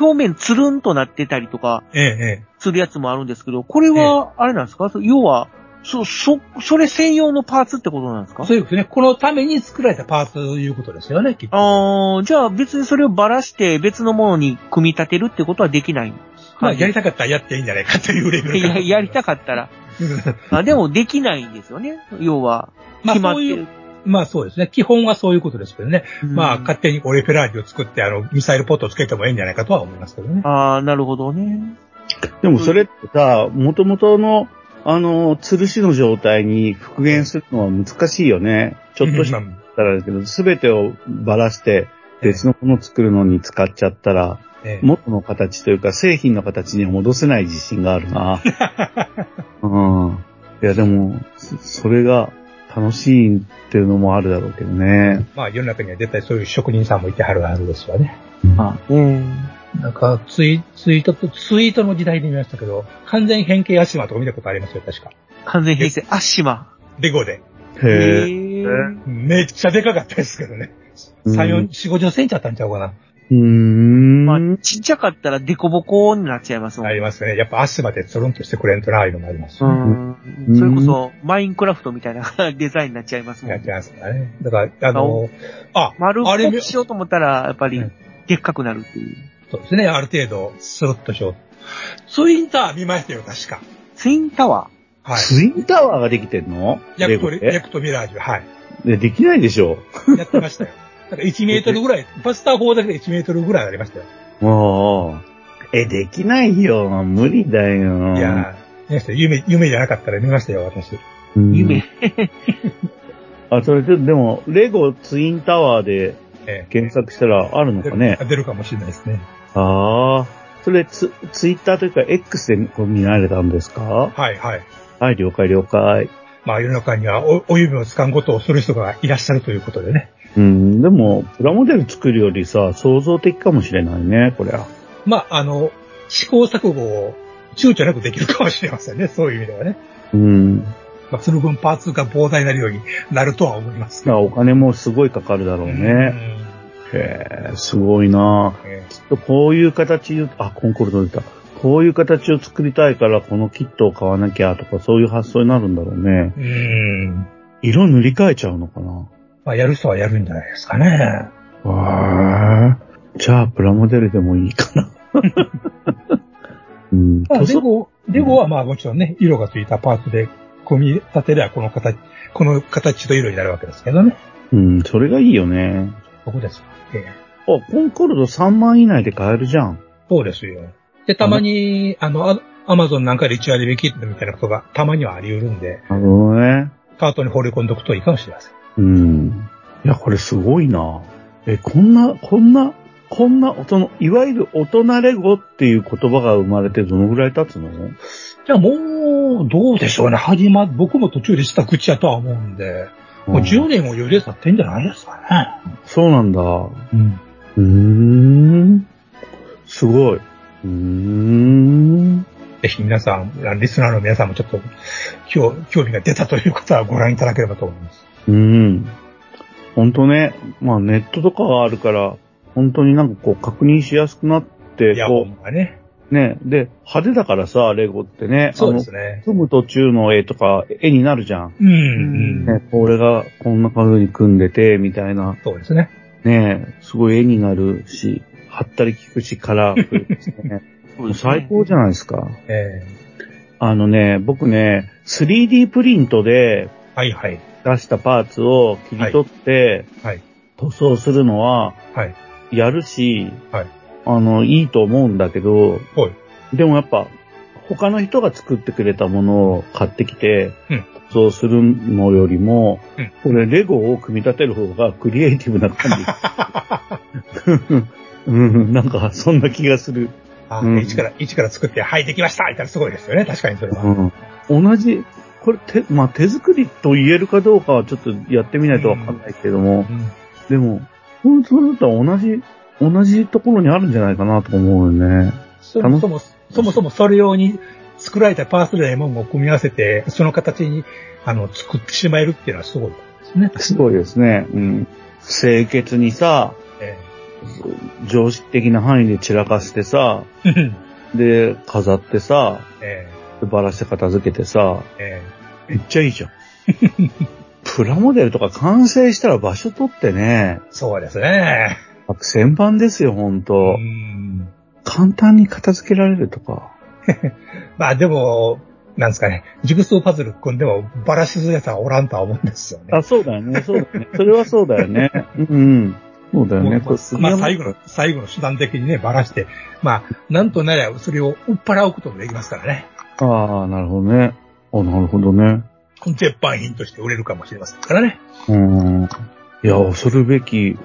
Speaker 3: 表面つるんとなってたりとか
Speaker 1: ええ、え
Speaker 3: するやつもあるんですけど、これは、あれなんですか、そう要は、そ、そ、それ専用のパーツってことなんです
Speaker 1: え。
Speaker 3: か
Speaker 1: そうですね。このために作られたパーツということですよね、きっと。
Speaker 3: あー、じゃあ別にそれをばらして別のものに組み立てるってことはできない。
Speaker 1: まあ、やりたかったらやっていいんじゃないかというレベル。
Speaker 3: ややりた
Speaker 1: か
Speaker 3: かっ たら。あでもできないんですよね。要は、
Speaker 1: まあ、
Speaker 3: 決まっ
Speaker 1: そう
Speaker 3: て
Speaker 1: い
Speaker 3: る
Speaker 1: う、。まあそうですね。基本はそういうことですけどね。
Speaker 3: うん
Speaker 1: まあ、勝手にオレフェラーリを作って、あの、ミサイルポットをつけてもいいんじゃないかとは思いますけどね。
Speaker 3: ああ、なるほどね。
Speaker 2: でもそれってさ、元々の、あの、吊るしの状態に復元するのは難しいよね。ちょっとした
Speaker 1: うん
Speaker 2: らだけど、すべてをばらして別のものを作るのに使っちゃったら、
Speaker 1: ええ
Speaker 2: 元の形というか製品の形に戻せない自信があるな。うん。いやでも、そそれが楽しいっていうのもあるだろうけどね。
Speaker 1: まあ世の中には絶対そういう職人さんもいてはるはずですわね。
Speaker 3: まあね。
Speaker 1: なんかツイ、ツイートと、ツイートの時代で見ましたけど、完全変形ヤシマとか見たことありますよ、確か。
Speaker 3: 完全平成、あ、島。
Speaker 1: レゴで。
Speaker 3: へ
Speaker 2: へえ。
Speaker 3: え。
Speaker 1: めっちゃでかかったですけどね。
Speaker 2: うん
Speaker 1: 3、4、4、50センチあったんちゃうかな。
Speaker 2: うーん。
Speaker 3: まあ、ちっちゃかったらデコボコになっちゃいますもん
Speaker 1: ありますよね。やっぱ足までつるんとしてくれんとな、ああいうのもありますし。
Speaker 3: う
Speaker 1: や
Speaker 3: ん。
Speaker 2: ん
Speaker 3: それこそ、マインクラフトみたいな デザインになっちゃいますも
Speaker 1: っ
Speaker 3: ん
Speaker 1: て。ますからね。だから、あの、あ、
Speaker 3: 丸っ
Speaker 1: あれ
Speaker 3: ぽくしようと思ったら、やっぱり
Speaker 1: うん、
Speaker 3: でっかくなるっていう。
Speaker 1: そうですね、ある程度、スルッとしよう。ツインター見ましたよ、確か。
Speaker 3: ツインタワ
Speaker 1: はい。
Speaker 2: ツインタワーができてんの
Speaker 1: ヤ
Speaker 2: レ
Speaker 1: ク
Speaker 2: ゴ
Speaker 1: ト、
Speaker 2: で
Speaker 1: ヤクトミラージュ、はい。
Speaker 2: いやできないでしょ。
Speaker 1: やってましたよ。だから1メートルぐらい、バスター砲だけで1メートルぐらいありましたよ。
Speaker 2: もう。え、できないよ。無理だよ。
Speaker 1: いやー、見ましたよ夢、夢じゃなかったら見ましたよ、私。
Speaker 2: う
Speaker 3: ー、
Speaker 2: ん
Speaker 3: 夢。
Speaker 2: あ、それで、でも、レゴツインタワーで
Speaker 1: え
Speaker 2: 検索したらあるの
Speaker 1: え
Speaker 2: かね。
Speaker 1: 出るかもしれないですね。
Speaker 2: ああ。それツ、ツイッターというか X でこう見られたんですか
Speaker 1: はい、はい。
Speaker 2: はい、了解了解。
Speaker 1: まあ、世の中にはお、お指を使うことをする人がいらっしゃるということでね。
Speaker 2: うん、でも、プラモデル作るよりさ、創造的かもしれないね、これは。
Speaker 1: まあ、あの、試行錯誤を躊躇なくできるかもしれませんね、 そういう意味ではね。
Speaker 2: うん。だ
Speaker 1: まあ、その分パーツが膨大になるようになるとは思います
Speaker 2: か。らお金もすごいかかるだろうね。へえ、すごいな
Speaker 1: うん。ええ
Speaker 2: きっとこういう形を、あ、コンコルド出た。こういう形を作りたいからこのキットを買わなきゃとかそういう発想になるんだろうね。
Speaker 1: うん。
Speaker 2: 色塗り替えちゃうのかな
Speaker 1: まあ、やる人はやるんじゃないですかね。
Speaker 2: わー。じゃあ、プラモデルでもいいかな。 うん。
Speaker 1: まあ、
Speaker 2: 塗
Speaker 1: レ
Speaker 2: 装
Speaker 1: ゴ、レゴはまあもちろんね、色がついたパーツで組み立てりゃこの形、この形と色になるわけですけどね。
Speaker 2: うん、それがいいよね。
Speaker 1: ここですよ。ええ
Speaker 2: あ、コンコルド3万以内で買えるじゃん。
Speaker 1: そうですよ。で、たまに、あの、あアマゾンなんかで1割引きみたいなことがたまにはあり得るんで、
Speaker 2: なるほどね。
Speaker 1: カートに放り込んどくといいかもしれません。
Speaker 2: うん。いや、これすごいな。え、こんな、こんな、こんな、その、いわゆる大人レゴっていう言葉が生まれてどのぐらい経つの
Speaker 1: じゃあもう、どうでしょうね。始ま、僕も途中でした口やとは思うんで、もう10
Speaker 2: ん
Speaker 1: 年も余裕で経ってんじゃないですかね。
Speaker 2: そうなんだ。う
Speaker 1: うん。
Speaker 2: ーん。すごい。うーん。
Speaker 1: ぜひ皆さん、リスナーの皆さんもちょっと、興興味が出たという方はご覧いただければと思います。
Speaker 2: うん。ほんとね。まあ、ネットとかがあるから、本当になんかこう、確認しやすくなって
Speaker 1: い、や、
Speaker 2: こ
Speaker 1: 本がね。
Speaker 2: う、ね。で、派手だからさ、レゴってね。
Speaker 1: そうですね。
Speaker 2: 組む途中の絵とか、絵になるじゃん。
Speaker 1: うん
Speaker 3: ん
Speaker 1: うん。
Speaker 2: ね、これがこんな風に組んでて、みたいな。
Speaker 1: そうですね。
Speaker 2: ね、すごい絵になるし、貼ったり効くし、カラフルですね。
Speaker 3: そ
Speaker 2: も
Speaker 3: うで
Speaker 2: う
Speaker 3: すね
Speaker 2: 最高じゃないですか。
Speaker 1: え
Speaker 2: あのね、僕ね、3D プリントで
Speaker 1: えはいはい。
Speaker 2: 出したパーツを切り取って、
Speaker 1: はいはい
Speaker 2: 塗装するのは、
Speaker 1: はい
Speaker 2: やるし、
Speaker 1: はい
Speaker 2: あの、いいと思うんだけど、
Speaker 1: はい
Speaker 2: でもやっぱ、他の人が作ってくれたものを買ってきて、
Speaker 1: うん
Speaker 2: そうするのよりも、
Speaker 1: うん
Speaker 2: これレゴを組み立てる方がクリエイティブな感じ。 うん、なんか、そんな気がする。
Speaker 1: あ、
Speaker 2: うん
Speaker 1: 一から、一から作って、はい、できましたいったらすごいですよね。確かにそれは。
Speaker 2: うん、同じ、これ手、まあ、手作りと言えるかどうかはちょっとやってみないとわかんないけども、
Speaker 1: うん
Speaker 2: でも、本当だったら同じ、同じところにあるんじゃないかなと思うよね。
Speaker 1: そもそも、そもそもそれ用に作られたパーツでものを組み合わせて、その形に、あの、作ってしまえるっていうのはすごいですね。
Speaker 2: すごいですね。うん。清潔にさ、
Speaker 1: え
Speaker 2: 常識的な範囲で散らかしてさ、
Speaker 1: え
Speaker 2: で、飾ってさ、
Speaker 1: え
Speaker 2: でバラして片付けてさ、
Speaker 1: ええ
Speaker 2: めっちゃいいじ ゃん。プラモデルとか完成したら場所取ってね
Speaker 1: え、そうですね。
Speaker 2: 先般ですよ、ほんと
Speaker 1: う。ん
Speaker 2: 簡単に片付けられるとか。
Speaker 1: まあでも、なんですかね、ジグソーパズル組んでもバラしずやつはおらんとは思うんですよね。
Speaker 2: あ、そうだよね、そうだよね。それはそうだよね。うん。そうだよね。
Speaker 1: もうまあまあ最後の、最後の手段的にね、ばらして、まあ、なんとなりゃそれを追っ払うこともできますからね。
Speaker 2: ああ、なるほどね。あなるほどね。
Speaker 1: 絶版品として売れるかもしれませんからね。
Speaker 2: うん。いや、恐るべき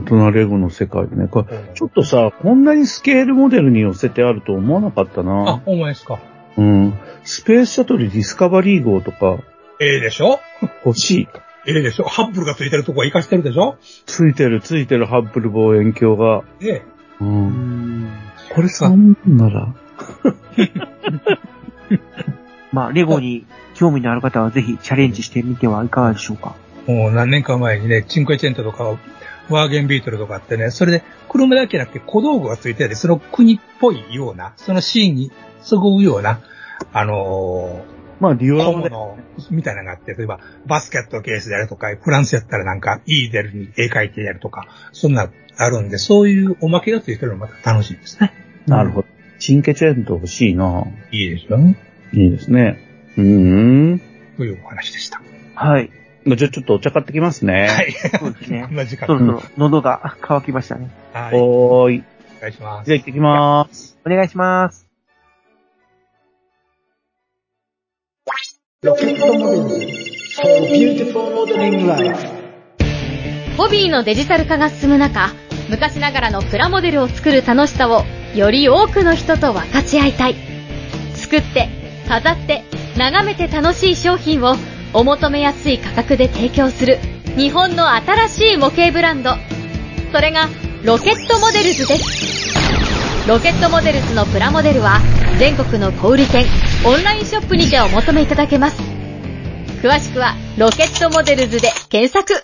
Speaker 2: 大人レゴの世界ね。これちょっとさ、こんなにスケールモデルに寄せてあると思わなかった
Speaker 1: あ
Speaker 2: な。、
Speaker 1: ほんまですか。
Speaker 2: うん。スペースシャトルディスカバリー号とか、
Speaker 1: ええでしょ
Speaker 2: 欲しい。
Speaker 1: ええでしょハッブルがついてるとこは活かしてるでしょ
Speaker 2: ついてる、ついてる、ハッブル望遠鏡が。
Speaker 1: で、
Speaker 2: う。
Speaker 3: うんん
Speaker 2: これそんなら。
Speaker 3: まあ、レゴに興味のある方はぜひチャレンジしてみてはいかがでしょうか。
Speaker 1: もう何年か前にね、チンクエチェントとか、ワーゲンビートルとかあってね、それで車だけじゃなくて小道具がついてて、その国っぽいような、そのシーンにそぐうような、あの
Speaker 2: まあ、ディ
Speaker 1: ー、
Speaker 2: オラ
Speaker 1: 小
Speaker 2: マで。
Speaker 1: 物みたいなのがあって、例えばバスケットケースであるとか、フランスやったらなんかイーデルに絵描いてやるとか、そんなのあるんで、そういうおまけがついてるのもまた楽しいですね。
Speaker 2: なるほど。チンケチェント欲しいな。
Speaker 1: いいでしょと
Speaker 2: いいですね。うーん。
Speaker 1: いうお話でした。
Speaker 3: はい。
Speaker 2: じゃあちょっとお茶買ってきますね。
Speaker 1: はい。
Speaker 3: そうです
Speaker 1: こ
Speaker 3: ね
Speaker 1: ん。な時間。
Speaker 3: そろそ
Speaker 1: は
Speaker 3: ろ喉が 乾きましたね。
Speaker 1: い。お
Speaker 2: おーい。
Speaker 1: 願いします
Speaker 2: じゃ。あ行ってきまーす。
Speaker 3: お願いします。
Speaker 6: ホビーのデジタル化が進む中、昔ながらのプラモデルを作る楽しさをより多くの人と分かち合いたい。作って、飾って、眺めて楽しい商品をお求めやすい価格で提供する日本の新しい模型ブランド。それがロケットモデルズです。ロケットモデルズのプラモデルは全国の小売店、オンラインショップにてお求めいただけます。詳しくはロケットモデルズで検索。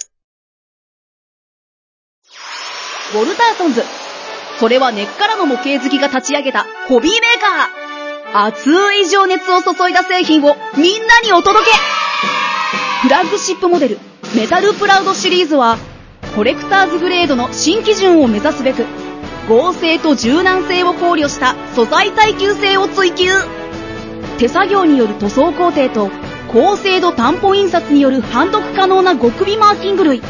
Speaker 6: ウォルターソンズ。それは根っからの模型好きが立ち上げたホビーメーカー。熱い情熱を注いだ製品をみんなにお届けフラッグシップモデル、メタルプラウドシリーズは、コレクターズグレードの新基準を目指すべく、合成と柔軟性を考慮した素材耐久性を追求。手作業による塗装工程と、高精度担保印刷による判読可能な極微マーキング類。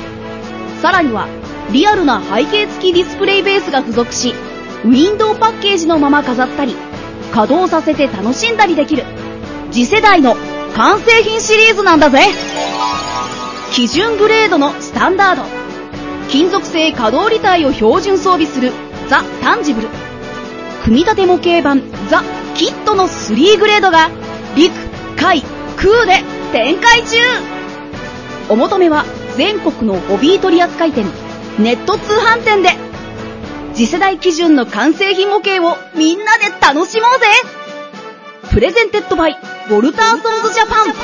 Speaker 6: さらには、リアルな背景付きディスプレイベースが付属し、ウィンドウパッケージのまま飾ったり、稼働させて楽しんだりできる、次世代の完成品シリーズなんだぜ基準グレードのスタンダード。金属製可動履帯を標準装備するザ・タンジブル。組み立て模型版ザ・キットの3グレードが、陸、海、空で展開中お求めは全国のホビー取扱店、ネット通販店で。次世代基準の完成品模型をみんなで楽しもうぜプレゼンテッドバイ、ウォルターソンズジャパン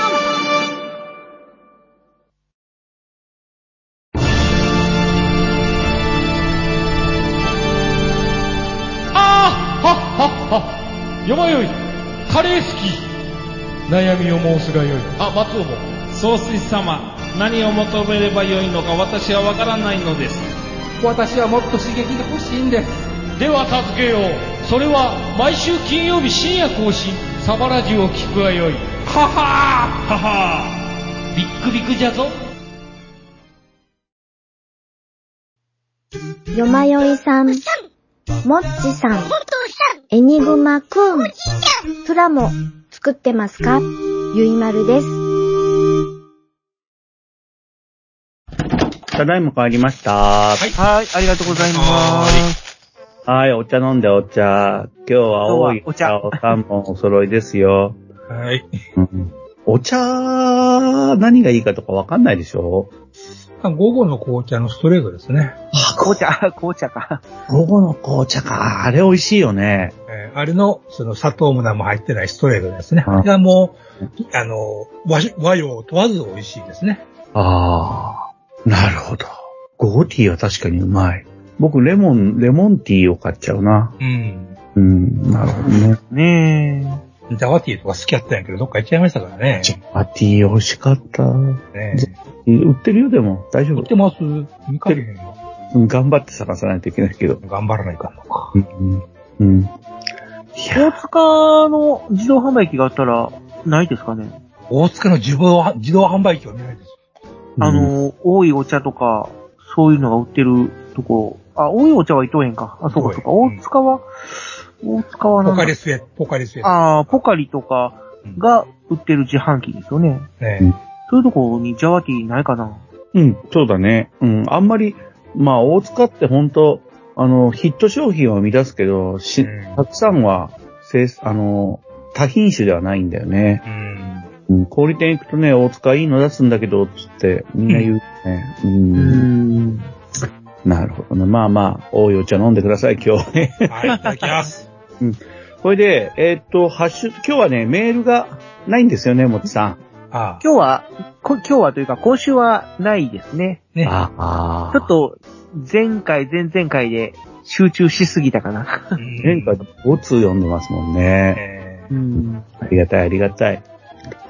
Speaker 7: あーはっはっはよまよいカレー好き悩みを申すがよいあ松尾も
Speaker 8: 総帥様、何を求めればよいのか私はわからないのです。
Speaker 7: 私はもっと刺激が欲しいんですでは助けようそれは毎週金曜日深夜更新サバラジュを聞くがよいははーははービックビックじゃぞ
Speaker 9: よまよいさん、もっちさん、エニグマくん、プラも作ってますかゆいまるです。
Speaker 2: ただいま帰りました。はい。
Speaker 3: はい、ありがとうございます。
Speaker 2: お茶飲んでお茶。今日は多い
Speaker 3: 今日はお茶
Speaker 2: お三本お揃いですよ。
Speaker 1: はい。
Speaker 2: うんお茶、何がいいかとかわかんないでしょ
Speaker 1: 午後の紅茶のストレートですね。
Speaker 3: あ、紅茶、 紅茶か。
Speaker 2: 午後の紅茶か。あれ美味しいよね。
Speaker 1: えーあれの、その砂糖も何も入ってないストレートですね。
Speaker 2: うん
Speaker 1: あれがもう、あの、和和洋問わず美味しいですね。
Speaker 2: ああ、なるほど。午後ティーは確かにうまい。僕、レモン、レモンティーを買っちゃうな。
Speaker 1: うん。
Speaker 2: うん、なるほどね。
Speaker 3: ね
Speaker 1: ダワティーとか好きやったんやけど、どっか行っちゃいましたからね。
Speaker 2: あ、ティー美味しかった。
Speaker 1: ね
Speaker 2: 売ってるよ、でも。大丈
Speaker 1: 売
Speaker 2: 夫
Speaker 1: って。ます見かけへんよ。
Speaker 2: うん頑張って探さないといけないけど。
Speaker 1: 頑張らないかんのか。
Speaker 2: うん。うん。い
Speaker 3: え。大
Speaker 2: や、
Speaker 3: 塚の自動販売機があったら、ないですかね。
Speaker 1: 大塚の自動は自動販売機は見ないです。
Speaker 3: あ
Speaker 2: うん、
Speaker 3: の、多いお茶とか、そういうのが売ってるとこ。あ、多いお茶は伊藤園か。あ、そうか、そうか。
Speaker 1: うん
Speaker 3: 大塚は、大塚は
Speaker 1: ポ
Speaker 3: なん
Speaker 1: カ
Speaker 3: だ
Speaker 1: リスエット、ポカリスエット。
Speaker 3: ああ、ポカリとかが売ってる自販機ですよね。
Speaker 1: ね
Speaker 3: そういうとこにジャワティーないかな。
Speaker 2: うん、そうだね。うん、あんまり、まあ、大塚って本当あの、ヒット商品を生み出すけど、し、
Speaker 1: うん
Speaker 2: たくさんは、生あの、多品種ではないんだよね。
Speaker 1: うん。
Speaker 2: うん、小売店行くとね、大塚いいの出すんだけど、つって、みんな言うね。うん。
Speaker 3: うん。
Speaker 2: なるほどね。まあまあ、多いお茶飲んでください、今日ね。
Speaker 1: はい、いただきます。
Speaker 2: これで、えーっと、ハッシュ、今日はね、メールがないんですよね、もちさん。
Speaker 1: ああ。
Speaker 3: 今日は、こ今日はというか、今週はないですね。
Speaker 1: ね。
Speaker 2: ああ
Speaker 3: ちょっ、と、前回、前々回で集中しすぎたかな。
Speaker 1: うん
Speaker 2: 前回、5通読んでますもんね。
Speaker 1: え
Speaker 3: うん。
Speaker 2: ありがたい、ありがたい。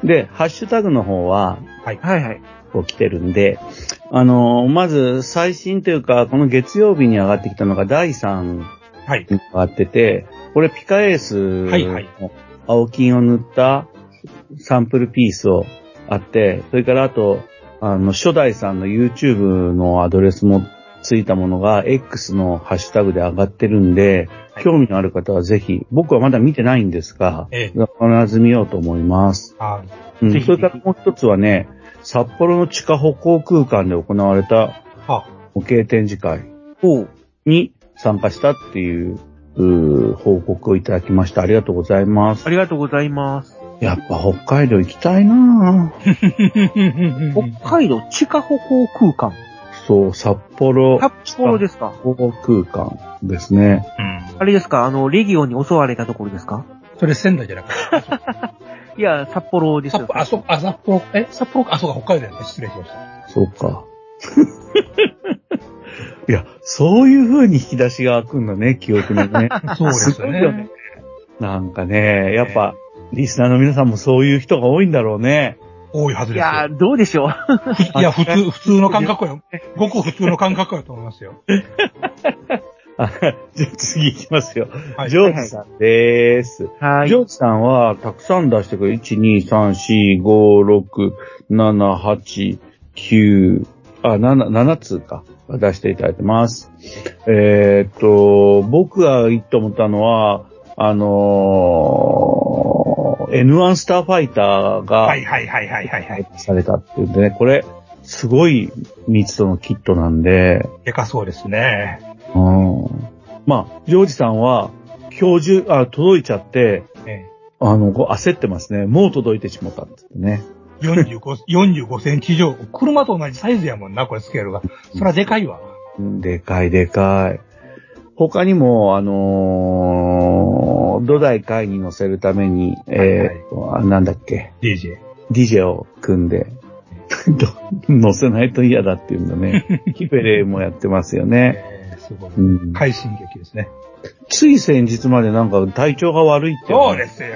Speaker 2: で、ハッシュタグの方は、
Speaker 3: はいはい。
Speaker 2: こう来てるんで、あのーまず最新というか、この月曜日に上がってきたのが第3
Speaker 1: ーはい。
Speaker 2: に上がってて、これピカエース
Speaker 1: はいはい
Speaker 2: の青金を塗ったサンプルピースをあって、それからあと、あの、初代さんの YouTube のアドレスもついたものが X のハッシュタグで上がってるんで、
Speaker 1: はい
Speaker 2: 興味のある方はぜひ、僕はまだ見てないんですが、
Speaker 1: えー
Speaker 2: 必ず見ようと思います。
Speaker 1: あ
Speaker 2: うん
Speaker 3: ぜひ
Speaker 2: それからもう一つはね、札幌の地下歩行空間で行われた
Speaker 1: あ。は
Speaker 2: 模型展示会
Speaker 3: おう。
Speaker 2: に参加したっていううー報告をいただきました。ありがとうございます
Speaker 3: あ。りがとうございます。
Speaker 2: やっぱ北海道行きたいなぁ。
Speaker 3: 北海道地下歩行空間。
Speaker 2: そう、札幌
Speaker 3: 札幌ですか
Speaker 2: 歩行空間ですね。
Speaker 1: うん。
Speaker 3: あれですかあの、レギオンに襲われたところですか
Speaker 1: それ仙台じゃなくて。
Speaker 3: いや、札幌です
Speaker 1: 札
Speaker 3: よ。
Speaker 1: 幌、あ、そう、あ、札幌、え、札幌か、あ、そうか、北海道やった。失礼しました。
Speaker 2: そう か。いや、そういう風に引き出しが開くんだね、記憶の ね。
Speaker 1: そうですよ
Speaker 2: ごいよね
Speaker 1: ね。
Speaker 2: なんかね、やっぱ、リスナーの皆さんもそういう人が多いんだろうね。
Speaker 1: 多いはず
Speaker 3: い
Speaker 1: ですよ。
Speaker 3: や、どうでしょう。
Speaker 2: や
Speaker 1: いや、普通、普通の感覚よ。ごく普通の感覚やと思いますよ。
Speaker 2: あ じゃあ次行きますよ。
Speaker 1: はい
Speaker 2: ジョージさんでーす。
Speaker 3: はい
Speaker 2: ジ。ョージさんはたくさん出してくれる。1、2、3、4、5、6、7、8、9、あ、7、7通か。出していただいてます。えーっと、僕がいいと思ったのは、あのー N1 スターファイターが
Speaker 1: はいはいはいはいはいはい。
Speaker 2: されたっていうんでね、これ、すごい密度のキットなんで、
Speaker 1: でかそうですね。
Speaker 2: うんまあ、ジョージさんは、今日中、あ、届いちゃって、
Speaker 1: え
Speaker 2: あの、こう焦ってますね。もう届いてしまったってね。
Speaker 1: え45、45セン チ以上。車と同じサイズやもんな、これスケールが。そらでかいわ。
Speaker 2: うんでかいでかい。他にも、あのー土台会に乗せるために、えーとあなんだっけ、
Speaker 1: DJ。
Speaker 2: DJ を組んで、ど乗せないと嫌だっていうんだ ね。キペレもやってますよね。
Speaker 1: ええすごい。
Speaker 2: うん、
Speaker 1: 快進撃ですね。
Speaker 2: つい先日までなんか体調が悪いって
Speaker 1: そうですよ。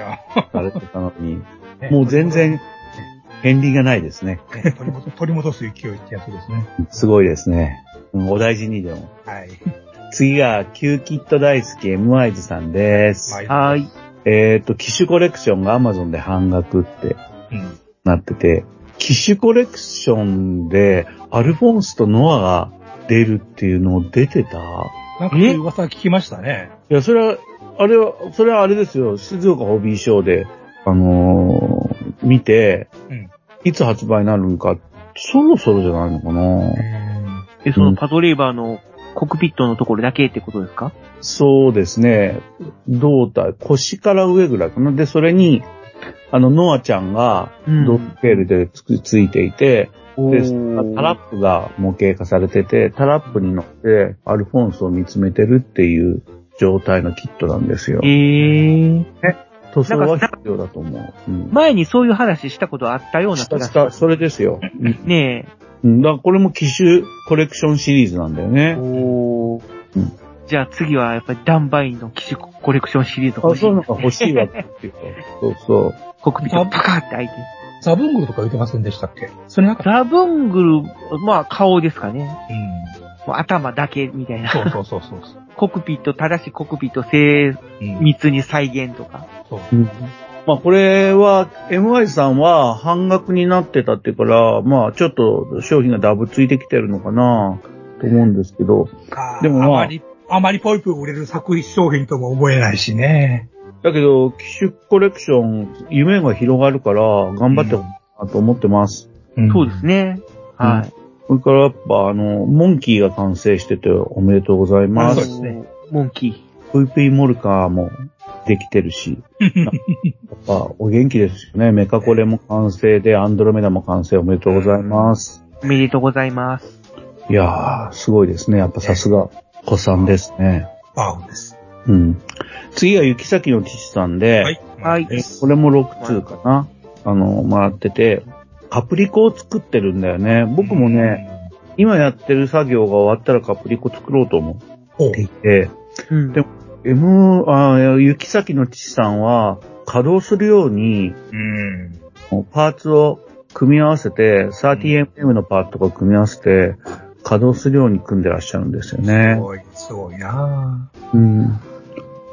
Speaker 2: されてたのに、もう全然、片鱗がないですね。
Speaker 1: ね。取り戻取り戻す勢いってやつですね。
Speaker 2: すごいですね。うんお大事にでも。
Speaker 1: はい。
Speaker 2: 次が、キューキット大好き M アイズさんです。
Speaker 1: はい
Speaker 3: はい。
Speaker 2: えっ、と、機種コレクションが Amazon で半額って
Speaker 1: うん。
Speaker 2: なってて、機種コレクションでアルフォンスとノアが出るっていうのを出てたい
Speaker 1: なんかそういう噂聞きましたね。
Speaker 2: や、それは、あれは、それはあれですよ。静岡ホビーショーで、あのー見て、
Speaker 1: うん
Speaker 2: いつ発売になるんか、そろそろじゃないのかな
Speaker 1: うん。
Speaker 3: え、そのパトレーバーのコックピットのところだけってことですか
Speaker 2: そうですね。胴体、腰から上ぐらいかな。で、それに、あの、ノアちゃんが、
Speaker 3: うん
Speaker 2: ドッペールでつく、ついていて、
Speaker 3: お
Speaker 2: で、タラップが模型化されてて、タラップに乗って、アルフォンスを見つめてるっていう状態のキットなんですよ
Speaker 3: え。ー。
Speaker 2: 塗装は必要だと思う。うん。
Speaker 3: 前にそういう話したことあったような
Speaker 2: し
Speaker 3: 気
Speaker 2: たし
Speaker 3: がする
Speaker 2: た、。それですよ。うん
Speaker 3: ね
Speaker 2: うん。だからこれも機種コレクションシリーズなんだよね。
Speaker 3: え。おー
Speaker 2: うん
Speaker 3: じゃあ次はやっぱりダンバインの機種コレクションシリーズ
Speaker 2: あ、
Speaker 3: 欲し
Speaker 2: そういうの
Speaker 3: い。
Speaker 2: が欲しいわけっていうか。そうそう。
Speaker 3: コックピットパカーって開いて。
Speaker 1: ザブングルとか言ってませんでしたっけそれなんか、
Speaker 3: ラブングル、まあ顔ですかね。
Speaker 1: うん。
Speaker 3: もう頭だけみたいな。
Speaker 1: そうそうそうそうそう。
Speaker 3: コックピット、正しいコックピット精
Speaker 1: うん。
Speaker 3: 密に再現とか。
Speaker 1: そう。
Speaker 2: まあこれは、MI さんは半額になってたっていうから、まあちょっと商品がダブついてきてるのかなと思うんですけど、で
Speaker 1: で
Speaker 2: も
Speaker 1: も、
Speaker 2: まあ
Speaker 1: あまり、あまりポイプ売れる作品商品とも思えないしね。
Speaker 2: だけど、機種コレクション、夢が広がるから頑張ってほしいなと思ってます。
Speaker 3: そうです
Speaker 1: ね。
Speaker 3: ね。
Speaker 2: うん
Speaker 3: はい。
Speaker 2: それからやっぱあの、モンキーが完成してておめでとうございま
Speaker 1: あ
Speaker 2: す
Speaker 1: そうで。すね
Speaker 3: モンキー。
Speaker 2: VP モルカーもできてるし、あ、お元気ですよね。メカコレも完成で、アンドロメダも完成おめでとうございます。
Speaker 3: おめでとうございます。
Speaker 2: いやー、すごいですね。やっぱさすが、子さんですね。
Speaker 1: ワオです。
Speaker 2: うん。次は雪先の父さんで、
Speaker 1: はい。
Speaker 3: はい。
Speaker 2: えこれも6通かな。あの、もらってて、カプリコを作ってるんだよね。僕もね、今やってる作業が終わったらカプリコ作ろうと思
Speaker 1: おう
Speaker 2: っていて、
Speaker 3: うん
Speaker 2: で M、あー雪先の父さんは、稼働するように、
Speaker 1: うん。
Speaker 2: パーツを組み合わせて、30mm のパーツとか組み合わせて、稼働するように組んでらっしゃるんですよ
Speaker 1: す
Speaker 2: ね。
Speaker 1: ごい、すごいな
Speaker 2: うん。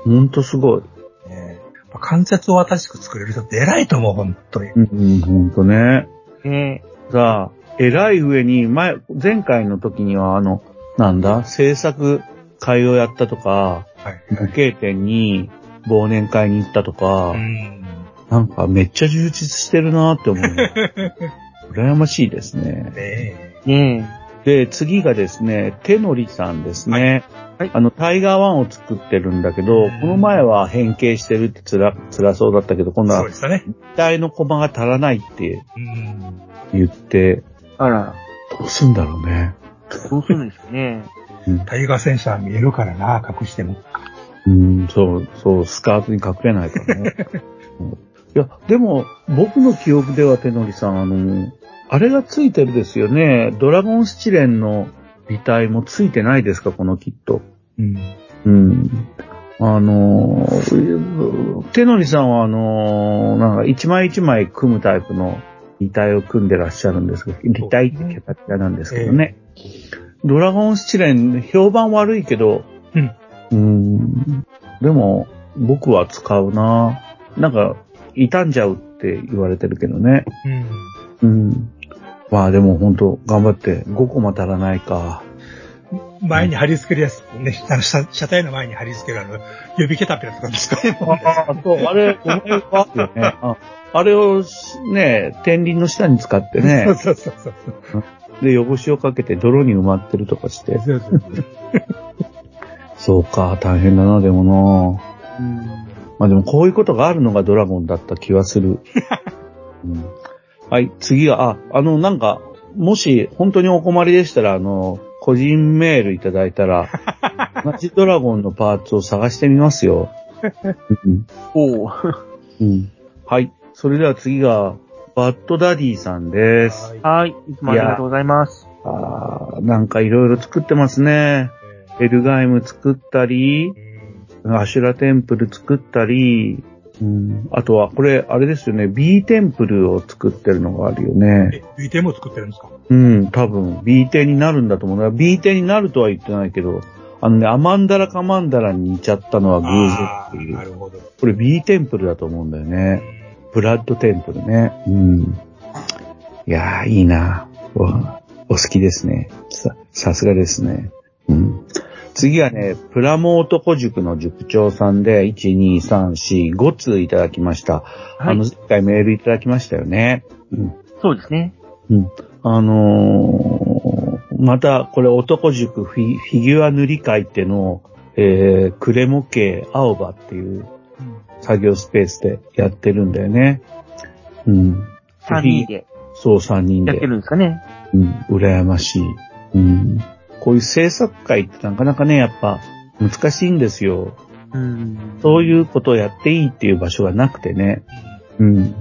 Speaker 2: ほんとすごい。
Speaker 1: ぁ。ねえ関節を新しく作れる人って偉いと思う、本当に。
Speaker 2: うん、うん、ほんとね。
Speaker 3: ね
Speaker 2: さあ、偉い上に、前、前回の時には、あの、なんだ、制作会をやったとか、
Speaker 1: はい。
Speaker 2: 模型店に忘年会に行ったとか、
Speaker 1: うん。
Speaker 2: なんかめっちゃ充実してるなって思う。羨ましいですね。
Speaker 1: ね
Speaker 3: え、ね
Speaker 2: で、次がですね、手のりさんですね。
Speaker 3: はいはい
Speaker 2: あの、タイガーワンを作ってるんだけど、
Speaker 1: うん
Speaker 2: この前は変形してるって辛、辛そうだったけど、今
Speaker 1: え。
Speaker 2: 度
Speaker 1: そう
Speaker 2: は
Speaker 1: でしたね。
Speaker 2: 一体のコマが足らないって
Speaker 1: うん。
Speaker 2: 言って、
Speaker 3: え。あら、
Speaker 2: どうすんだろうね。
Speaker 3: どうするんですかね。
Speaker 1: タイガー戦車は見えるからな隠しても。
Speaker 2: うん、そう、そう、スカートに隠れないからね。うんいや、でも、僕の記憶では、手のりさん、あの、あれがついてるですよね。ドラゴンスチレンの擬態もついてないですか、このキット。
Speaker 1: うん。
Speaker 2: うん。あのー、手のりさんはあのーなんか一枚一枚組むタイプの立体を組んでらっしゃるんですけど、立体ってキャパキャなんですけどね。ドラゴンスチレン、評判悪いけど、
Speaker 1: うん。
Speaker 2: ん。でも、僕は使うななんか、傷んじゃうって言われてるけどね。
Speaker 1: うん。
Speaker 2: うん。まあでも本当頑張って、5個も足らないか。
Speaker 1: 前に貼り付けるやつ、ね、あの、車車体の前に貼り付けるあの、予備ケタピラとか使えるもんです
Speaker 2: ああ、そう、あれ、ごめんかよ ね。ああれをしね、天輪の下に使ってね
Speaker 1: そう、そうそうそう。
Speaker 2: で、汚しをかけて泥に埋まってるとかして。そうか、大変だな、でもな。まあでも、こういうことがあるのがドラゴンだった気は する。うんはい、次は、あ、あの、なんか、もし、本当にお困りでしたら、あの、個人メールいただいた ら、マジドラゴンのパーツを探してみますよ。 うん
Speaker 3: おう。
Speaker 2: うんはい。それでは次が、バッドダディさんです。
Speaker 3: はい。いつもありがとうございます。
Speaker 2: あーなんかいろいろ作ってますね。エルガイム作ったり、アシュラテンプル作ったり、うん、あとはこれ、あれですよね、B テンプルを作ってるのがあるよね。
Speaker 1: え、VTM を作ってるんですか
Speaker 2: うん、多分 B テになるんだと思うな。B テになるとは言ってないけど、あのね、アマンダラカマンダラに似ちゃったのは偶
Speaker 1: ああ
Speaker 2: 然っ
Speaker 1: ー、
Speaker 2: ていう
Speaker 1: な。るほど。
Speaker 2: これ B テンプルだと思うんだよね。ブラッドテンプルね。うん。いやー、いいなおお好きですね。さ、さすがですね。うん。次はね、プラモ男塾の塾長さんで、1、2、3、4、5通いただきました。
Speaker 3: は
Speaker 2: あ
Speaker 3: い
Speaker 2: の、前回メールいただきましたよね。うん。
Speaker 3: そうですね。
Speaker 2: うん。あのーまた、これ男塾フィフィギュア塗り会っていうのを、えー、クレモ家青葉っていう作業スペースでやってるんだよね。うん。
Speaker 3: 3人で
Speaker 2: そう、3人
Speaker 3: やって
Speaker 2: で。
Speaker 3: るんですかね。
Speaker 2: うん。羨ましい。うん。こういう制作会ってなかなかね、やっぱ難しいんですよ。
Speaker 3: うん。
Speaker 2: そういうことをやっていいっていう場所がなくてね。うん。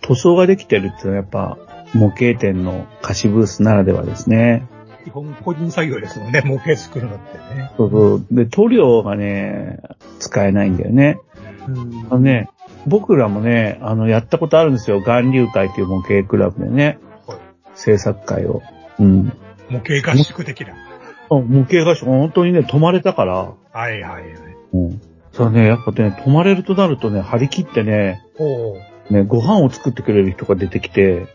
Speaker 2: 塗装ができてるっていうのはやっぱ模型店の貸しブースならではですね。
Speaker 1: 基本個人作業ですもんね、模型作るのってね。
Speaker 2: そうそう。で、塗料がね、使えないんだよね。
Speaker 3: うん
Speaker 2: あのね、僕らもね、あの、やったことあるんですよ。岩流会っていう模型クラブでね
Speaker 1: はい。
Speaker 2: 制作会を。うん。
Speaker 1: 模型合宿的な。
Speaker 2: あ模型合宿、本当にね、泊まれたから。
Speaker 1: はいはいはい。
Speaker 2: うん。そうね、やっぱね、泊まれるとなるとね、張り切ってね、
Speaker 1: おう
Speaker 2: ね、ご飯を作ってくれる人が出てきて、うん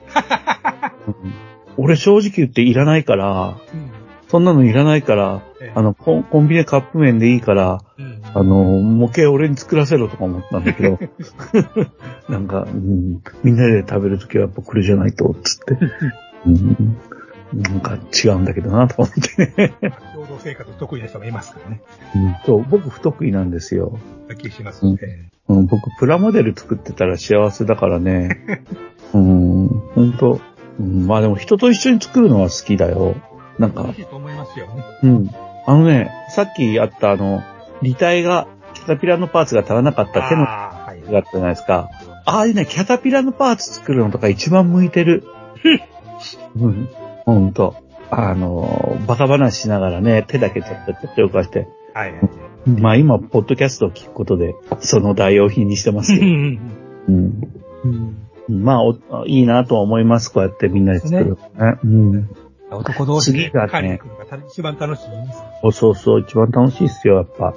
Speaker 2: 俺正直言っていらないから、
Speaker 1: うん。
Speaker 2: そんなのいらないから、あの、コンコンビニでカップ麺でいいから、
Speaker 1: うん。
Speaker 2: あの、模型俺に作らせろとか思ったんだけど、なんか、うんみんなで食べるときはやっぱこれじゃないと、つって。うんなんか違うんだけどなと思ってね。
Speaker 1: 共同生活得意な人もいますからね。
Speaker 2: うんそう、僕不得意なんですよ。
Speaker 1: はっきりしますので。
Speaker 2: うん、僕プラモデル作ってたら幸せだからね。 うん、ほんと。うんまあでも人と一緒に作るのは好きだよ。なんか
Speaker 1: 楽、しいと思いますよね。
Speaker 2: うん。あのね、さっきあったあの、履体が、キャタピラのパーツが足らなかった手の
Speaker 1: あーはい。
Speaker 2: があったじゃないですか。ああいうね、キャタピラのパーツ作るのとか一番向い てる。うん、ほんと。あの、バカ話しながらね、手だけちょっとちょっと動かして。
Speaker 1: はい。
Speaker 2: まあ今、ポッドキャストを聞くことで、その代用品にしてますけど。 うん。まあお、いいなとは思います。こうやってみんなで作るのね。うん。
Speaker 1: 男同士で
Speaker 2: 次がね
Speaker 1: 狩りに行くのが一番楽しいです。
Speaker 2: おそうそう、一番楽しいっすよ、やっぱ。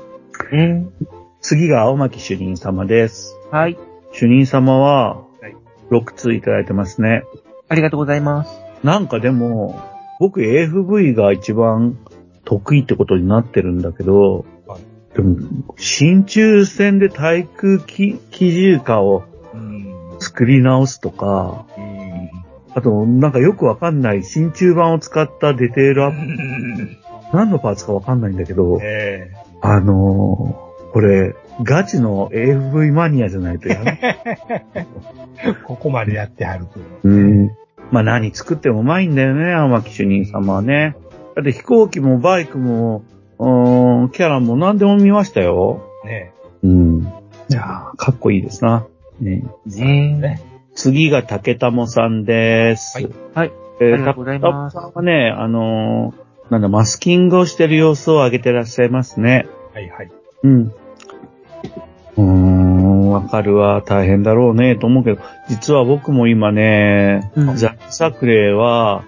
Speaker 3: うん。
Speaker 2: 次が青巻主任様です。
Speaker 3: はい。
Speaker 2: 主任様は
Speaker 1: はい、
Speaker 2: 6通いただいてますね。
Speaker 3: ありがとうございます。
Speaker 2: なんかでも、僕 AFV が一番得意ってことになってるんだけど、
Speaker 1: はい
Speaker 2: でも、新中戦で対空機機銃化を
Speaker 1: うん。
Speaker 2: 作り直すとか、あと、なんかよくわかんない新中版を使ったデテールアップ、何のパーツかわかんないんだけど、
Speaker 1: ええ
Speaker 2: あのー、これ、ガチの AFV マニアじゃないとやめ。
Speaker 1: ここまでやってはると。
Speaker 2: うん。まあ何作ってもうまいんだよね、天木主任様はね。だって飛行機もバイクも、うーん、キャラも何でも見ましたよ。
Speaker 1: ね
Speaker 2: うん。いやー、かっこいいですな。ね、
Speaker 3: ね
Speaker 2: 次が竹玉さんです。
Speaker 1: はい。
Speaker 2: はい。え
Speaker 3: ありがとうございます
Speaker 2: 竹玉さんはね、あのーなんだ、マスキングをしてる様子を上げてらっしゃいますね。
Speaker 1: はいはい。
Speaker 2: うん。うーん、わかるわ。大変だろうね、と思うけど、実は僕も今ね、
Speaker 3: うん
Speaker 2: ザックサクレーは、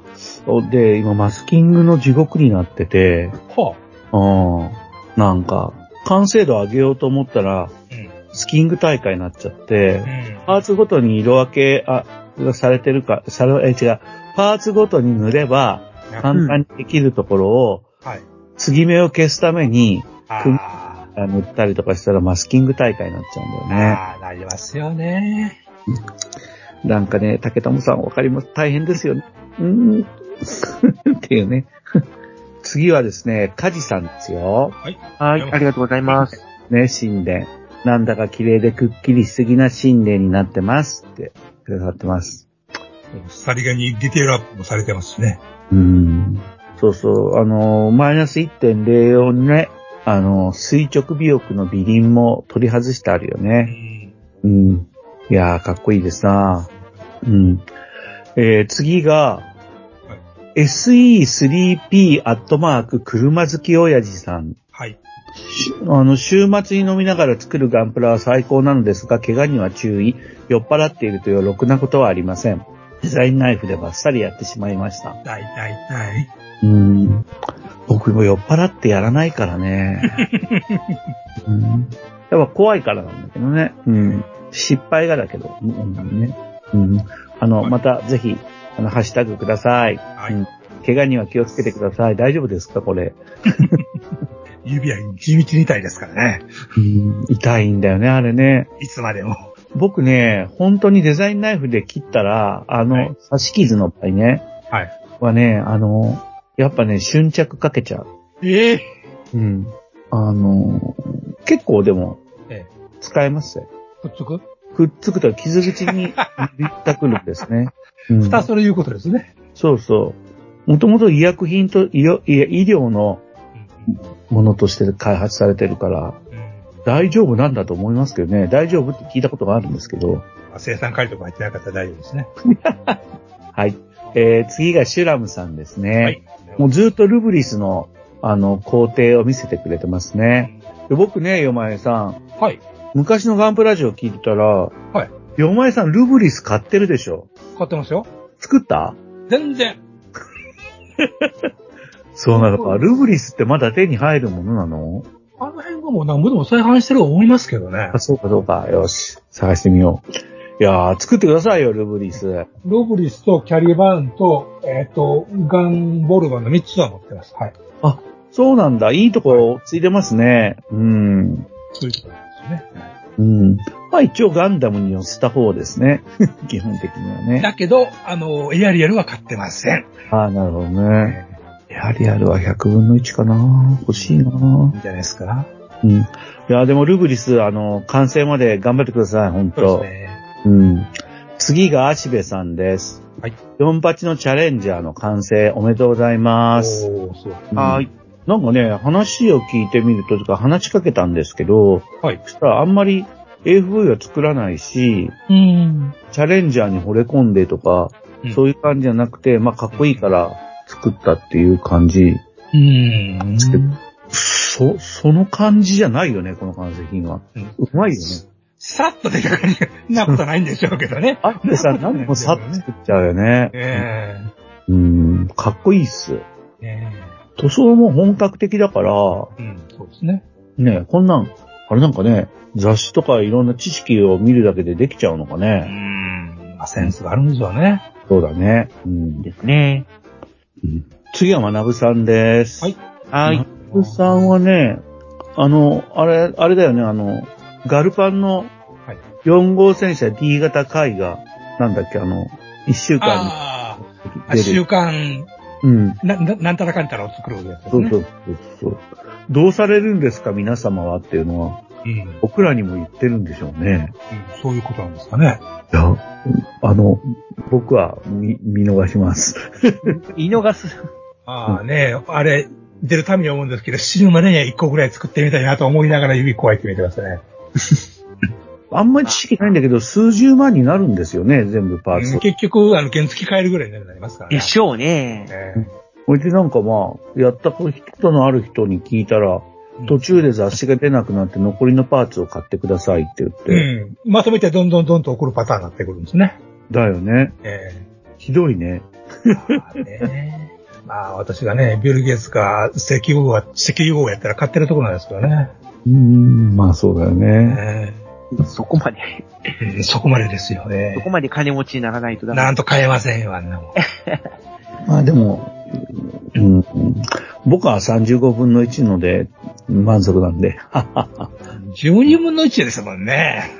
Speaker 2: おで、今マスキングの地獄になってて、
Speaker 1: ほ
Speaker 2: うん、なんか、完成度上げようと思ったら、
Speaker 1: うん
Speaker 2: スキング大会になっちゃっ
Speaker 1: う。う
Speaker 2: て、
Speaker 1: ん。
Speaker 2: パーツごとに色分け、あ、がされてるか、され、え、違う、パーツごとに塗れば、簡単にできるところを、
Speaker 1: はい。
Speaker 2: 継ぎ目を消すために、
Speaker 1: あー
Speaker 2: あの塗ったりとかしたらマスキング大会になっちゃうんだよね。
Speaker 1: あー、なりますよね。
Speaker 2: なんかね、竹友さんわかります。大変ですよね。うーん。 っていうね。 次はですね、カジさんですよ。
Speaker 3: はい、ありがとうございます。
Speaker 2: ね、神殿。なんだか綺麗でくっきりしすぎな神殿になってますってくださってます。
Speaker 1: さりげにディテールアップもされてますしね。
Speaker 2: うーん。そうそう、あのー、マイナス1.04ね、あのー、垂直尾翼の微輪も取り外してあるよね。
Speaker 1: うん。
Speaker 2: うん。いやー、かっこいいですなうん。えー、次が、SE3P アットマーク車好き親父さん。
Speaker 1: はい。
Speaker 2: しあの、週末に飲みながら作るガンプラは最高なのですが、怪我には注意。酔っ払っているというろくなことはありません。デザインナイフでバッサリやってしまいました。
Speaker 1: 大体大。
Speaker 2: うん。僕も酔っ払ってやらないから ね。うん、やっぱ怖いからなんだけどね。うん、失敗がだけど。うんねうん、あの、またぜひ、あの、ハッシュタグください。
Speaker 1: はい
Speaker 2: うん怪我には気をつけてください。大丈夫ですかこれ。
Speaker 1: 指は地道に痛いですからね。
Speaker 2: 痛いんだよね、あれね。
Speaker 1: いつまでも。
Speaker 2: 僕ね、本当にデザインナイフで切ったら、あの、
Speaker 1: はい
Speaker 2: 刺し傷の場合ね、
Speaker 1: はい。
Speaker 2: はね、あの、やっぱね、瞬着かけちゃう。
Speaker 1: ええ
Speaker 2: うん。あの、結構でも
Speaker 1: ええ、
Speaker 2: 使えますよ。
Speaker 1: くっつく
Speaker 2: くっつくと傷口にびったくるんで すね。うん
Speaker 1: たそれいうことですね。
Speaker 2: そうそう。もともと医薬品と医療医療のものとして開発されてるから、大丈夫なんだと思いますけどね。大丈夫って聞いたことがあるんですけど。
Speaker 1: まあ生産解読が入ってなかったら大丈夫ですね。
Speaker 2: はい。えー、次がシュラムさんですね。
Speaker 1: はい。
Speaker 2: もうずっとルブリスの、あの、工程を見せてくれてますね。で僕ね、よまえさん、
Speaker 1: はい。。
Speaker 2: 昔のガンプラジオ聞いてたら、はいよまえさん、ルブリス買ってるでしょ
Speaker 1: 買ってますよ。
Speaker 2: 作った
Speaker 1: 全然。
Speaker 2: そうなのか。ルブリスってまだ手に入るものなの
Speaker 1: あの辺はもうなんぼでも再販してると思いますけどね
Speaker 2: あ、。そうかそうか。よし。探してみよう。いやー、作ってくださいよ、ルブリス。
Speaker 1: ロブリスとキャリバーンと、えっ、と、ガンボルバンの3つは持ってます。はい。
Speaker 2: そうなんだ。いいとこついてますね。うん。
Speaker 1: そういうことなんですよね。
Speaker 2: うん。まあ一応ガンダムに寄せた方ですね。 基本的にはね。
Speaker 1: だけど、あの、エアリアルは買ってません。
Speaker 2: ああ、なるほどね。やはりあるは100分の1かな欲しいな
Speaker 1: い
Speaker 2: い
Speaker 1: んじゃないですか。
Speaker 2: うん。いや、でもルブリス、あの、完成まで頑張ってください、本
Speaker 1: そう
Speaker 2: 当
Speaker 1: ですね。
Speaker 2: うん。次が足部さんです。
Speaker 1: はい。
Speaker 2: 48のチャレンジャーの完成、おめでとうございます。
Speaker 1: おーそう
Speaker 2: うん
Speaker 3: はい。
Speaker 2: なんかね、話を聞いてみると、とか話しかけたんですけど、
Speaker 1: はい
Speaker 2: そしたらあんまり AFV は作らないし、
Speaker 1: うん。
Speaker 2: チャレンジャーに惚れ込んでとか、
Speaker 1: うん
Speaker 2: そういう感じじゃなくて、まあかっこいいから作ったっていう感じ。
Speaker 1: うん。
Speaker 2: そ、その感じじゃないよね、この完成品は。
Speaker 1: う
Speaker 2: うんまいよね。
Speaker 1: さっと出かかりなことないんでしょうけど ね。
Speaker 2: あってさ、なんでもさっと作っちゃうよね。
Speaker 1: え
Speaker 2: うん、かっこいいっす。
Speaker 1: え。え
Speaker 2: 塗装も本格的だから、
Speaker 1: え。うん、そうですね。
Speaker 2: ね、こんなん、あれなんかね、雑誌とかいろんな知識を見るだけでできちゃうのか
Speaker 1: う
Speaker 2: ね。
Speaker 1: ん。まあ、センスがあるんでしょうね。
Speaker 2: そうだね。うん。
Speaker 3: ですね。
Speaker 2: うん次は学ぶさんです。
Speaker 1: はい。
Speaker 3: はい。
Speaker 2: 学ぶさんはね、あの、あれ、あれだよね、あの、ガルパンの
Speaker 1: はい
Speaker 2: 4号戦車 D 型絵画、なんだっけ、あの、1週間
Speaker 1: ああ、
Speaker 2: に出
Speaker 1: 週
Speaker 2: る。
Speaker 1: 刊、
Speaker 2: うん。
Speaker 1: な、ななんたらかんたらを作るやつです
Speaker 2: そ
Speaker 1: ね。
Speaker 2: うそうそうそう。どうされるんですか、皆様はっていうのは、
Speaker 1: うん。うん
Speaker 2: 僕らにも言ってるんでしょうね。
Speaker 1: そういうことなんですかね。
Speaker 2: いや、あの、僕は見、見逃します。
Speaker 3: 見逃す。
Speaker 1: ああね、あれ、出るために思うんですけど、死ぬまでには1個ぐらい作ってみたいなと思いながら指怖いって見てましたね。
Speaker 2: あんまり知識ないんだけど、数十万になるんですよね、全部パー
Speaker 1: う
Speaker 2: ツ
Speaker 1: ん。結局、あの、原付き変えるぐらいになりますからね。
Speaker 3: でしょうね。
Speaker 1: え
Speaker 2: ほいでなんかまあ、やったことのある人に聞いたら、
Speaker 1: うん
Speaker 2: 途中で雑誌が出なくなって残りのパーツを買ってくださいって言っ
Speaker 1: え
Speaker 2: て。
Speaker 1: うん。まとめてどんどんどんと送るパターンになってくるんですね。
Speaker 2: だよね。
Speaker 1: え
Speaker 2: ひどいね。
Speaker 1: えまあね。まあ私がね、ビル・ゲイツが石油王は、石油王やったら買ってるところなんですけどね。
Speaker 2: うーん、まあそうだよね。
Speaker 1: え
Speaker 3: そこまで、
Speaker 1: えうんそこまでですよ
Speaker 3: そ
Speaker 1: ね。
Speaker 3: こまで金持ちにならないとダメ。
Speaker 1: なんと買えませんよ、あんなもん。
Speaker 2: まあでも、うんうん、僕は35分の1ので満足なんで、
Speaker 1: 12分の1ですもんね。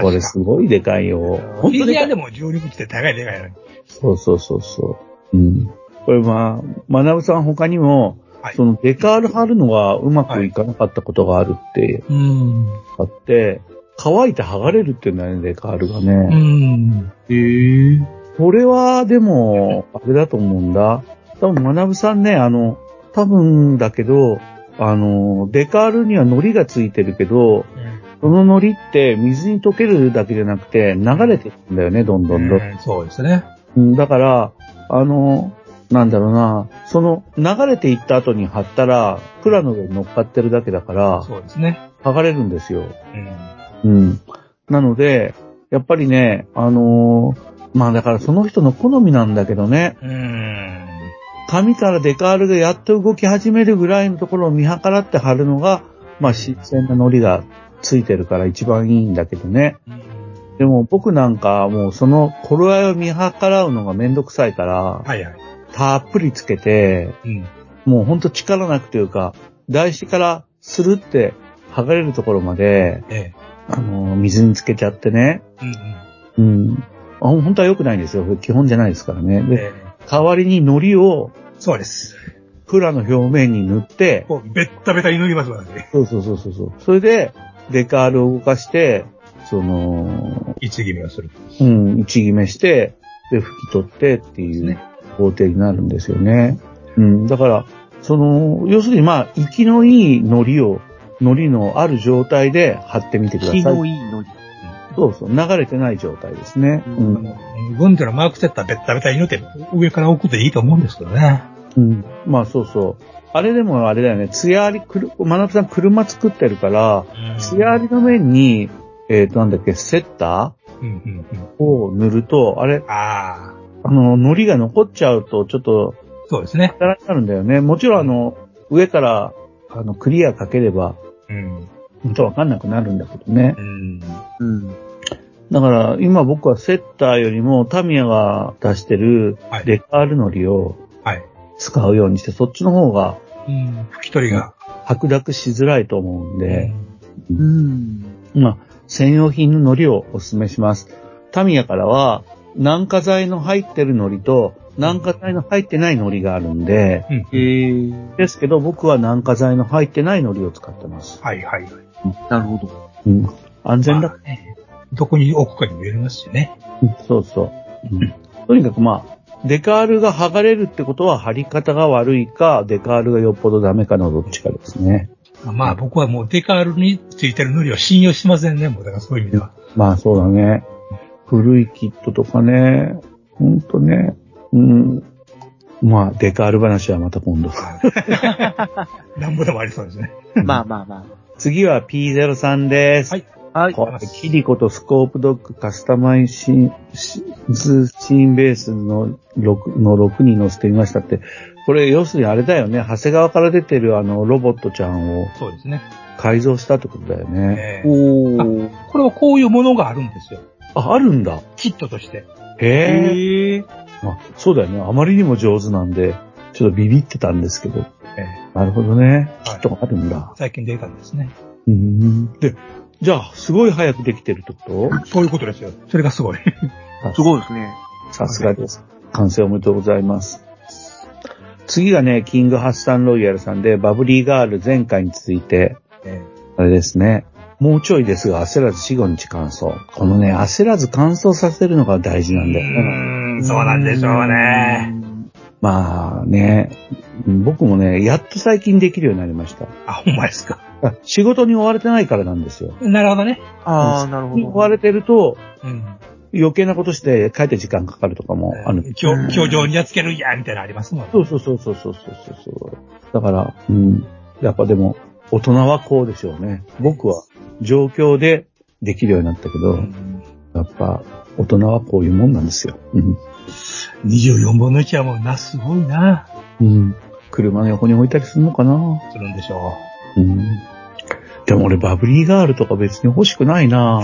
Speaker 2: これすごいでかいよ。
Speaker 1: フ
Speaker 2: 本
Speaker 1: ィギ
Speaker 2: 当で
Speaker 1: ュ
Speaker 2: か
Speaker 1: ア
Speaker 2: い。
Speaker 1: でも12分って高いでかいのに。
Speaker 2: そうそうそうそう。うん。これまあ、学さん他にも、
Speaker 1: はい
Speaker 2: そのデカール貼るのがうまくいかなかったことがあるって
Speaker 1: うん。
Speaker 2: あって、乾いて剥がれるっていうんだよね、デカールが
Speaker 1: う
Speaker 2: ね。
Speaker 1: ん。
Speaker 2: へえ。これは、でも、あれだと思うんだ。多分、学さんね、あの、多分だけど、あの、デカールには糊がついてるけど、その糊って水に溶けるだけじゃなくて流れていくんだよね、どんどんどん。
Speaker 1: うんそうですね。
Speaker 2: うんだから、あの、なんだろうな、その流れていった後に貼ったら、クラの上に乗っかってるだけだから、
Speaker 1: そうですね。
Speaker 2: 剥がれるんですよ。
Speaker 1: うん。
Speaker 2: うん。なので、やっぱりね、あのーまあだからその人の好みなんだけどね、
Speaker 1: うん。
Speaker 2: 紙からデカールがやっと動き始めるぐらいのところを見計らって貼るのが、まあ新鮮な糊がついてるから一番いいんだけどね。でも僕なんかはもうその頃合いを見計らうのがめんどくさいから、
Speaker 1: はいはい。
Speaker 2: たっぷりつけて、
Speaker 1: うん。
Speaker 2: もうほんと力なくというか、台紙からスルって剥がれるところまで、
Speaker 1: ええ。
Speaker 2: あの、水につけちゃってね。
Speaker 1: うん
Speaker 2: うん。あほん本当は良くないんですよ。基本じゃないですからね。
Speaker 1: うん。
Speaker 2: で、
Speaker 1: ええ。
Speaker 2: 代わりに糊を
Speaker 1: そうです。
Speaker 2: プラの表面に塗って、
Speaker 1: こう、べったべたに塗りますわね。
Speaker 2: そうそうそうそうそう。それで、デカールを動かして、その、
Speaker 1: 一気見をする。
Speaker 2: うん、一決めして、で、拭き取ってっていう
Speaker 1: ね
Speaker 2: 工程になるんですよね。うん、だから、その、要するにまあ、生きのいい糊を、糊のある状態で貼ってみてください。
Speaker 3: 気のいいのに。
Speaker 2: そうそう、流れてない状態ですね。う
Speaker 1: あ
Speaker 2: ん。
Speaker 1: の、軍手のマークセッターべったべたに塗って、上から置くでいいと思うんですけどね。
Speaker 2: うん、まあそうそう。あれでもあれだよね、艶あり、くる、まなぶさん車作ってるから、艶ありの面に、えっ、と、なんだっけ、セッタ
Speaker 1: うんうんうん。
Speaker 2: ーを塗ると、あれ、
Speaker 1: ああ、
Speaker 2: あの、糊が残っちゃうと、ちょっと、
Speaker 1: そうですね。
Speaker 2: 働になるんだよね。もちろんあの、上から、あの、クリアかければ、
Speaker 1: うん。
Speaker 2: 本当わかんなくなるんだけどね
Speaker 1: う。ん。
Speaker 3: うん。
Speaker 2: だから、今僕はセッターよりも、タミヤが出してる
Speaker 1: はい、
Speaker 2: デカールのりを
Speaker 1: はい。
Speaker 2: 使うようにして、そっちの方が
Speaker 1: うん。拭き取りが。
Speaker 2: 白濁しづらいと思うんで、
Speaker 3: うん。
Speaker 2: まあ、専用品の海苔をお勧めします。タミヤからは、軟化剤の入ってる海苔と、軟化剤の入ってない海苔があるんで、
Speaker 1: うん。
Speaker 3: えー、
Speaker 2: ですけど僕は軟化剤の入ってない海苔を使ってます。
Speaker 1: はいはいはい。
Speaker 3: なるほど。
Speaker 2: うん。安全だ。
Speaker 1: どこに置くかにもよりますしね。
Speaker 2: うんそうそう。うんとにかくまあ、デカールが剥がれるってことは貼り方が悪いか、デカールがよっぽどダメかのどっちかですね。
Speaker 1: まあ僕はもうデカールについてる海苔を信用しませんね、もうだからそういう意味では。
Speaker 2: まあそうだね。古いキットとかね、ほんとね。うん。まあ、デカール話はまた今度。
Speaker 1: なんぼでもありそうですね。
Speaker 3: まあまあま
Speaker 2: 次は P03 です。
Speaker 1: はい
Speaker 3: あ。はい。
Speaker 2: これキリコとスコープドッグカスタマイシン、シズシーンベースの 6, の6人乗せてみましたって。これ、要するにあれだよね。長谷川から出てるあの、ロボットちゃんを
Speaker 1: そうですね。
Speaker 2: 改造したってことだよ
Speaker 1: え
Speaker 2: ね。
Speaker 1: え
Speaker 3: おー。
Speaker 1: これはこういうものがあるんですよ。
Speaker 2: あ、あるんだ。
Speaker 1: キットとして。
Speaker 2: へえ。
Speaker 3: えー。
Speaker 2: あ、そうだよね。あまりにも上手なんで、ちょっとビビってたんですけど。
Speaker 1: え
Speaker 2: なるほどね。
Speaker 1: い
Speaker 2: きっとあるんだ。
Speaker 1: 最近出たんですね。
Speaker 2: うん。で、じゃあ、すごい早くできてるってこと
Speaker 1: そういうことですよ。それがす ごい。
Speaker 3: すごいですね。
Speaker 2: さすがです。完成おめでとうございます。次がね、キングハッサンロイヤルさんで、バブリーガール前回に続いて、
Speaker 1: え
Speaker 2: あれですね。もうちょいですが、焦らず4、5日乾燥。このね、焦らず乾燥させるのが大事なんだよね。
Speaker 1: ー、そうなんでしょうね。
Speaker 2: まあね、僕もね、やっと最近できるようになりました。
Speaker 1: あ、ほんまですか。
Speaker 2: あ仕事に追われてないからなんですよ。
Speaker 1: なるほどね。
Speaker 3: ああ、なるほ
Speaker 2: 追
Speaker 3: ど。
Speaker 2: われてると、
Speaker 1: うん。
Speaker 2: 余計なことして帰って時間かかるとかもある。
Speaker 1: 教、教場にやっつけるんや、みたいなのありますもん。
Speaker 2: そうそうそうそうそうそうそうそう。だから、うん。やっぱでも、大人はこうでしょうね。僕は状況でできるようになったけど、
Speaker 1: うん
Speaker 2: やっぱ大人はこういうもんなんですよ。うん。
Speaker 1: 24分の1はもうな、すごいな。
Speaker 2: うん。車の横に置いたりするのかな
Speaker 1: するんでしょ
Speaker 2: うん。でも俺バブリーガールとか別に欲しくないな
Speaker 1: う。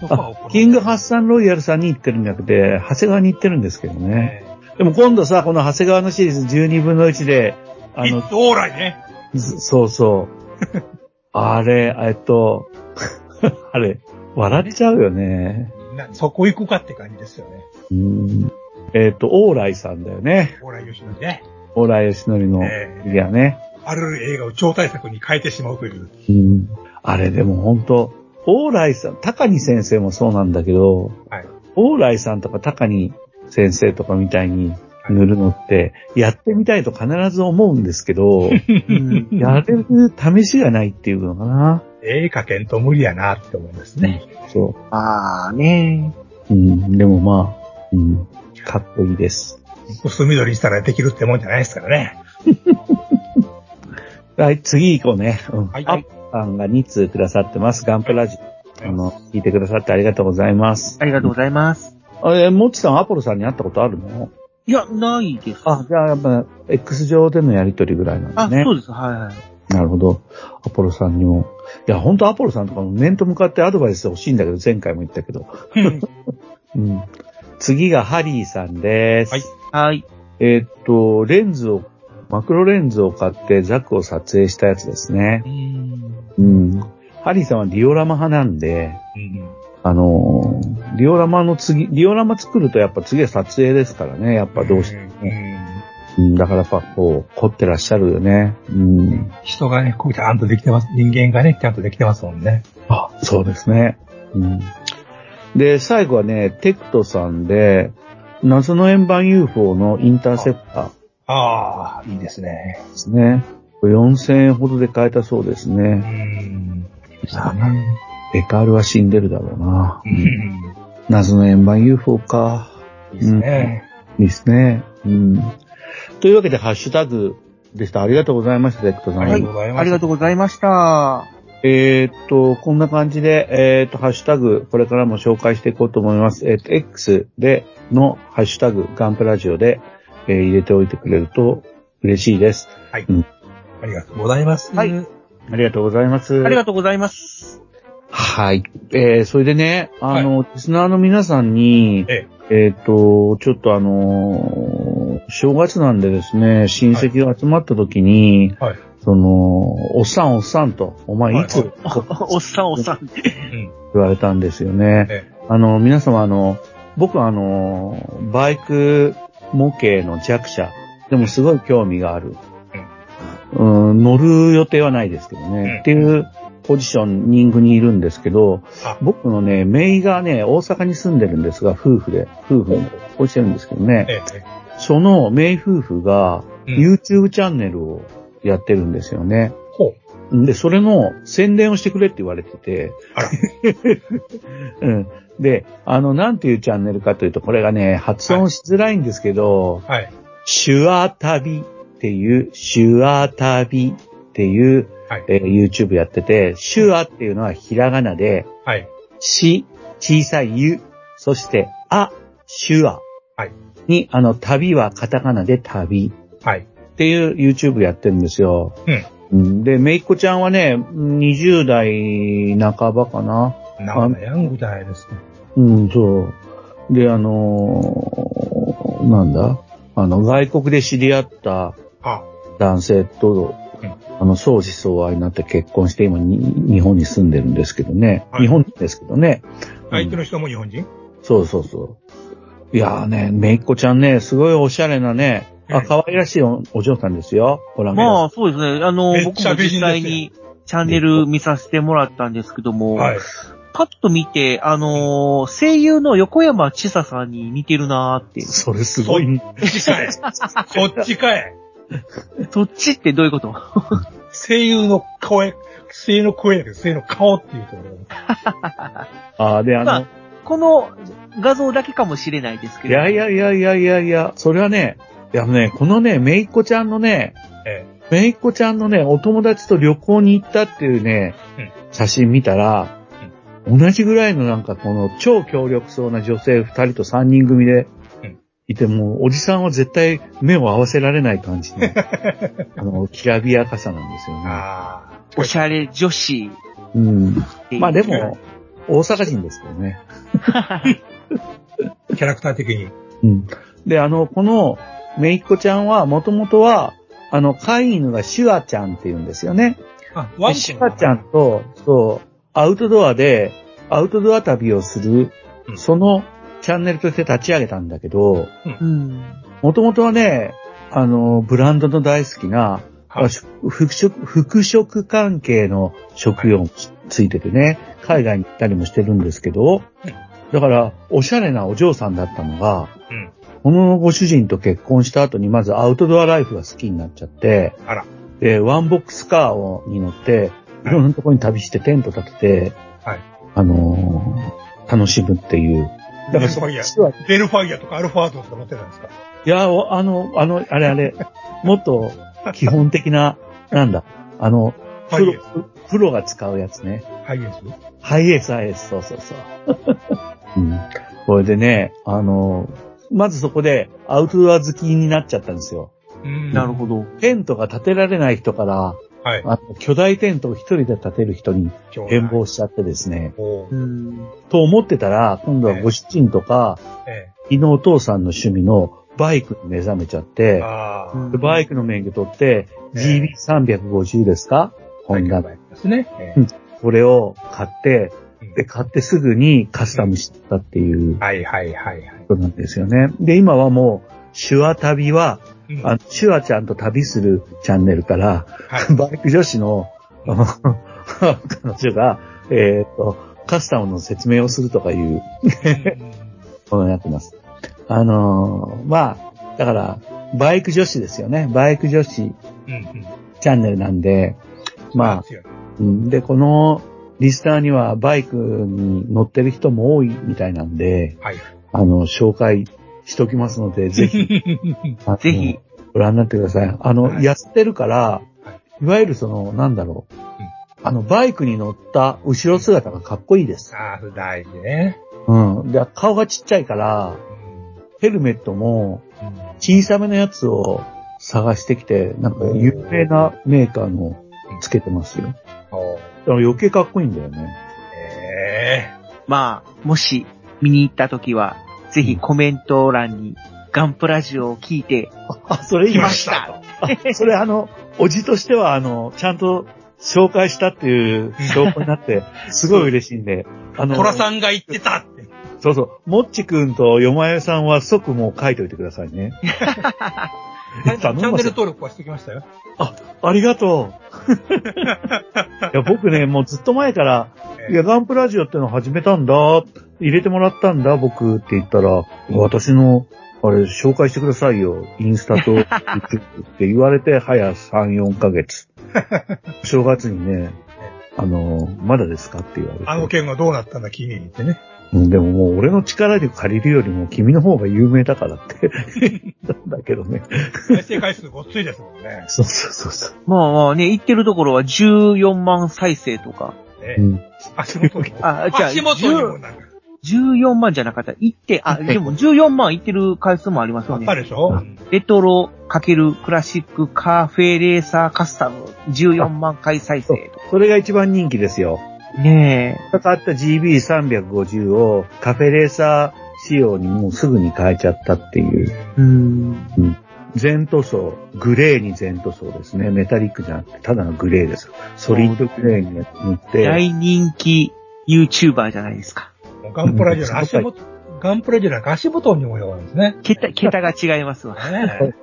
Speaker 1: そこは怒ら
Speaker 2: あ
Speaker 1: ない
Speaker 2: キングハッサンロイヤルさんに行ってるんじゃなくて、長谷川に行ってるんですけどね。
Speaker 1: え
Speaker 2: でも今度さ、この長谷川のシリーズ12分の1
Speaker 1: え
Speaker 2: で、あの
Speaker 1: 一、等往来ね。
Speaker 2: ずそうそう。あれ、えっと、 あれ、笑っちゃうよね。
Speaker 1: なそこ行くかって感じですよね。
Speaker 2: うんえっと、オーライさんだよね。
Speaker 1: 往来吉野にね。
Speaker 2: オーライよしのりの
Speaker 1: え
Speaker 2: フィギュアね。
Speaker 1: あらゆる映画を超大作に変えてしまうという。
Speaker 2: うんあれでも本当オーライさん、高木先生もそうなんだけど、
Speaker 1: はい
Speaker 2: オーライさんとか高木先生とかみたいに塗るのって、やってみたいと必ず思うんですけど、
Speaker 3: うん
Speaker 2: やれる試しがないっていうのかな。
Speaker 1: ええかけんと無理やなって思いますね。
Speaker 2: そう。
Speaker 3: ああ、ね
Speaker 2: うん、でもまあ、うん、かっこいいです。
Speaker 1: 薄緑にしたらできるってもんじゃないですからね。
Speaker 2: はい、次行こうね。うん。
Speaker 1: はい
Speaker 2: アップさんが2通くださってます。ガンプラジオ。あの、聞いてくださってありがとうございます。
Speaker 3: ありがとうございます。
Speaker 2: あれ、もっちさん、アポロさんに会ったことあるの
Speaker 3: いや、ないです。
Speaker 2: あ、じゃあやっぱ、X 上でのやりとりぐらいなんだ
Speaker 3: あ、
Speaker 2: ね
Speaker 3: そ。うです。はいはい。
Speaker 2: なるほど。アポロさんにも。いや、ほんとアポロさんとかも面と向かってアドバイス欲しいんだけど、前回も言ったけど。 うん。次がハリーさんです。
Speaker 1: はい
Speaker 3: はい。
Speaker 2: えーっと、レンズを、マクロレンズを買ってザクを撮影したやつですね。うん。ハリーさんはディオラマ派なんで、
Speaker 1: うん。
Speaker 2: あのーディオラマの次、ディオラマ作るとやっぱ次は撮影ですからね、やっぱどうしても
Speaker 1: う
Speaker 2: ね。
Speaker 1: ん
Speaker 2: うん、だからやっぱこう、凝ってらっしゃるよね。うん。
Speaker 1: 人がね、こうちゃんとできてます。人間がね、ちゃんとできてますもんね。
Speaker 2: あ、そうですね。うん。で、最後はね、テクトさんで、謎の円盤 UFO のインターセプター。
Speaker 1: ああ、いいですね。
Speaker 2: ですね。4000円ほどで買えたそうです
Speaker 1: う
Speaker 2: ね。
Speaker 1: ん。そうね。
Speaker 2: デカールは死んでるだろうな
Speaker 1: う。ん。
Speaker 2: 謎の円盤 UFO か。
Speaker 1: いいですね。
Speaker 2: いいですね。うん。というわけで、ハッシュタグでした。ありがとうございました、デクトさん。
Speaker 1: ありがとうございます。
Speaker 3: ありがとうございました。
Speaker 2: えーっと、こんな感じで、えーっと、ハッシュタグ、これからも紹介していこうと思います。えーっと、X でのハッシュタグ、ガンプラジオで、えー入れておいてくれると嬉しいです。
Speaker 1: はい
Speaker 2: うん。
Speaker 1: ありがとうございます。
Speaker 3: はい
Speaker 2: ありがとうございます。
Speaker 3: ありがとうございます。
Speaker 2: はい。えー、それでね、あの、リスナーの皆さんに、
Speaker 1: え
Speaker 2: えーっと、ちょっとあのー正月なんでですね、親戚が集まった時に、
Speaker 1: はい。
Speaker 2: その、おっさんおっさんと、お前いつ
Speaker 1: はい
Speaker 2: こ
Speaker 3: おっさんおっさん。
Speaker 1: うん。
Speaker 2: 言われたんですよね。
Speaker 1: え
Speaker 2: あの、皆様あの、僕あの、バイク模型の弱者、でもすごい興味がある。うん、乗る予定はないですけどね、
Speaker 1: うん
Speaker 2: っていうポジショニングにいるんですけど
Speaker 1: あ、
Speaker 2: 僕のね、姪がね、大阪に住んでるんですが、夫婦で、夫婦にこうしてるんですけどね、
Speaker 1: え。ええ。
Speaker 2: その名夫婦が
Speaker 1: うん
Speaker 2: YouTube チャンネルをやってるんですよね。
Speaker 1: ほ
Speaker 2: で、それの宣伝をしてくれって言われてて。
Speaker 1: あら
Speaker 2: うん。で、あの、なんていうチャンネルかというと、これがね、発音しづらいんですけど、
Speaker 1: う。はい。
Speaker 2: 手話旅っていう、手話旅っていう、
Speaker 1: はい
Speaker 2: えー YouTube やってて、手話っていうのはひらがなで、
Speaker 1: はい。
Speaker 2: し、小さいゆ、そして、あ、手話。
Speaker 1: はい
Speaker 2: に、あの、旅はカタカナで旅。
Speaker 1: はい。
Speaker 2: っていう YouTube やってるんですよ。うん。で、めいっ子ちゃんはね、20代半ばかな。
Speaker 1: なんだ、ヤングじゃないですか。
Speaker 2: うん、そう。で、あのーなんだあの、外国で知り合った
Speaker 1: あ、
Speaker 2: 男性と
Speaker 1: うん、
Speaker 2: あの、相思相愛になって結婚して今に日本に住んでるんですけどね。
Speaker 1: はい
Speaker 2: 日本ですけどね。
Speaker 1: 相手の人も日本人
Speaker 2: そうそうそう。いやーね、めいっ子ちゃんね、すごいおしゃれなね、
Speaker 1: う
Speaker 2: あ、
Speaker 1: ん
Speaker 2: 可愛らしいおお嬢さんですよ。ご覧ください。
Speaker 3: まあ、そうですね。あの
Speaker 1: め、っ
Speaker 3: 僕
Speaker 1: ちゃ
Speaker 3: も
Speaker 1: 美人です
Speaker 3: 実
Speaker 1: よ
Speaker 3: 際にチャンネル見させてもらったんですけども、
Speaker 1: はい。
Speaker 3: パッと見て、あのー声優の横山千沙さんに似てるなーって。
Speaker 2: それすごい、ね。
Speaker 1: こっちかい。こっちかい。
Speaker 3: そっちってどういうこと
Speaker 1: 声優の声、声優の声だけど、声優の顔っていうところ。
Speaker 2: ああ、で、あ
Speaker 3: ま
Speaker 2: の
Speaker 3: あ、この画像だけかもしれないですけ
Speaker 2: い
Speaker 3: ど。
Speaker 2: やいやいやいやいやいや、それはね、いやね、このね、めいっ子ちゃんのね、
Speaker 1: え
Speaker 2: めいっ子ちゃんのね、お友達と旅行に行ったっていうね、
Speaker 1: うん
Speaker 2: 写真見たら、同じぐらいのなんかこの超強力そうな女性二人と三人組で
Speaker 1: うん
Speaker 2: いて、もうおじさんは絶対目を合わせられない感じ の、あの、きらびやかさなんですよ
Speaker 1: え。
Speaker 2: ね。
Speaker 1: ああ。
Speaker 3: おしゃれ女子
Speaker 2: うん。
Speaker 3: っていう。
Speaker 2: まあでも、大阪人ですけどね。
Speaker 1: キャラクター的に。
Speaker 2: うん。で、あの、この、めいっ子ちゃんは、もともとは、あの、飼い犬がシュワちゃんって言うんですよね。
Speaker 1: あ、ワン
Speaker 2: で
Speaker 1: ち
Speaker 2: シュ
Speaker 1: ゃ
Speaker 2: ワ
Speaker 1: ん。
Speaker 2: ちゃんと、そう、アウトドアで、アウトドア旅をする
Speaker 1: う、ん
Speaker 2: そのチャンネルとして立ち上げたんだけど、
Speaker 3: うん。
Speaker 2: もともとはね、あの、ブランドの大好きな、
Speaker 1: はい
Speaker 2: あし服飾、服飾関係の職業もついててね、海外に行ったりもしてるんですけど、だから、おしゃれなお嬢さんだったのが、
Speaker 1: うん
Speaker 2: このご主人と結婚した後に、まずアウトドアライフが好きになっちゃって、
Speaker 1: あら
Speaker 2: で、ワンボックスカーをに乗って、いろんなところに旅してテント立てて、
Speaker 1: はい
Speaker 2: あのー楽しむっていう。だからそ
Speaker 1: いやいや
Speaker 2: 実は
Speaker 1: デルファイアとかアルファードとか持ってたんですか
Speaker 2: いや、おあの、あの、あれあれ、もっと基本的な、なんだ、あの、
Speaker 1: ハ
Speaker 2: プ
Speaker 1: イエ
Speaker 2: ロ
Speaker 1: ー、
Speaker 2: プロが使うやつね。
Speaker 1: ハイエース
Speaker 2: ハイエース、ハイエース、そうそうそう。うん。これでね、あの、まずそこでアウトドア好きになっちゃったんですよ。
Speaker 1: うん
Speaker 3: なるほど。
Speaker 2: テントが建てられない人から、
Speaker 1: はい
Speaker 2: あの巨大テントを一人で建てる人に
Speaker 1: ど
Speaker 2: 変貌しちゃってですね、
Speaker 1: お
Speaker 3: う
Speaker 1: ー
Speaker 3: ん。
Speaker 2: と思ってたら、今度はご主人とか、
Speaker 1: え
Speaker 2: 昨日お父さんの趣味のバイクに目覚めちゃって、
Speaker 1: え。ああ。
Speaker 2: でバイクの免許取って、
Speaker 1: え
Speaker 2: GB350 ですか、ホンダ
Speaker 1: バイクですね。え
Speaker 2: これを買って、
Speaker 1: えうん
Speaker 2: で、買ってすぐにカスタムしたっていう
Speaker 1: はいはいはいはい。
Speaker 2: ことなんですよね。で、今はもう、手話旅は、
Speaker 1: うん
Speaker 2: あの、手話ちゃんと旅するチャンネルから、
Speaker 1: はい
Speaker 2: バイク女子の、あの 彼女が、えっ、と、カスタムの説明をするとかいうものになってます。あのーまあ、だから、バイク女子ですよね。バイク女子
Speaker 1: うんうんうん。
Speaker 2: チャンネルなんで、まあ、
Speaker 1: 強い
Speaker 2: うんで、このリスナーにはバイクに乗ってる人も多いみたいなんで、
Speaker 1: はい。
Speaker 2: あの、紹介しときますので、ぜひ、あの
Speaker 3: ぜひ。
Speaker 2: ご覧になってください。あの、
Speaker 1: はい
Speaker 2: 痩せてるから
Speaker 1: は、
Speaker 2: いわゆるその、なんだろう。あの、バイクに乗った後ろ姿がかっこいいです。
Speaker 1: ああ、それ大事ね。
Speaker 2: うん。で、顔がちっちゃいか
Speaker 1: う
Speaker 2: ら、
Speaker 1: ん
Speaker 2: ヘルメットも
Speaker 1: うん
Speaker 2: 小さめのやつを探してきて、なんか有名なメーカーのつけてますよ。
Speaker 1: おー
Speaker 2: だから余計かっこいいんだよね。
Speaker 1: ええ
Speaker 3: まあ、もし見に行った時は、ぜひコメント欄にガンプラジオを聞いて、
Speaker 2: あ、それ言いました。 あそれあの、おじとしてはあの、ちゃんと紹介したっていう証拠にな って、すごい嬉しいんで。あの、
Speaker 1: トラさんが言ってたって。
Speaker 2: そうそう、もっちくんとよまえさんは即もう書いておいてくださいね。
Speaker 1: チャンネ
Speaker 2: 頼み
Speaker 1: ル
Speaker 2: ますよ
Speaker 1: 登録はしてきましたよ。
Speaker 2: ありがと う。いや、僕ね、もうずっと前から、
Speaker 1: え
Speaker 2: いや、ガンプラジオってのを始めたんだ、入れてもらったんだ、僕って言ったら、私の、あれ、紹介してくださいよ。インスタと YouTube って言われて、 早3、4ヶ 月。正月にね、あの、まだですかって言われて。
Speaker 1: あの件はどうなったんだ、君にってね。
Speaker 2: うんでももう俺の力で借りるよりも君の方が有名だからって 言ったんだけどね。
Speaker 1: 再生回数ごっついですもんね。
Speaker 2: そうそうそうそう。
Speaker 3: まあまあね、言ってるところは14万再生とか、
Speaker 1: ね
Speaker 2: うん
Speaker 1: 足元にも。
Speaker 3: あじゃあ
Speaker 1: 足元にもなんか。
Speaker 3: 14万じゃなかった。言って、 あ、でも14万言ってる回数もありますよ
Speaker 1: わ
Speaker 3: ね
Speaker 1: か。るでしょうん
Speaker 3: レトロ×クラシックカーフェレーサーカスタム14万回再
Speaker 2: そう
Speaker 3: 生と
Speaker 2: それが一番人気ですよ。
Speaker 3: か。ねえ。
Speaker 2: かかった GB350 をカフェレーサー仕様にもうすぐに変えちゃったっていう。
Speaker 3: うーん。
Speaker 2: 全塗装、グレーに全塗装ですね。メタリックじゃなくて、ただのグレーです。ソリッドグレーに塗って、
Speaker 3: 大人気 YouTuber じゃないですか。
Speaker 1: もうガンプラジオの足元、ガンプラジオなんか足元にもよるんですね。
Speaker 3: 桁、桁が違いますわ。
Speaker 1: ね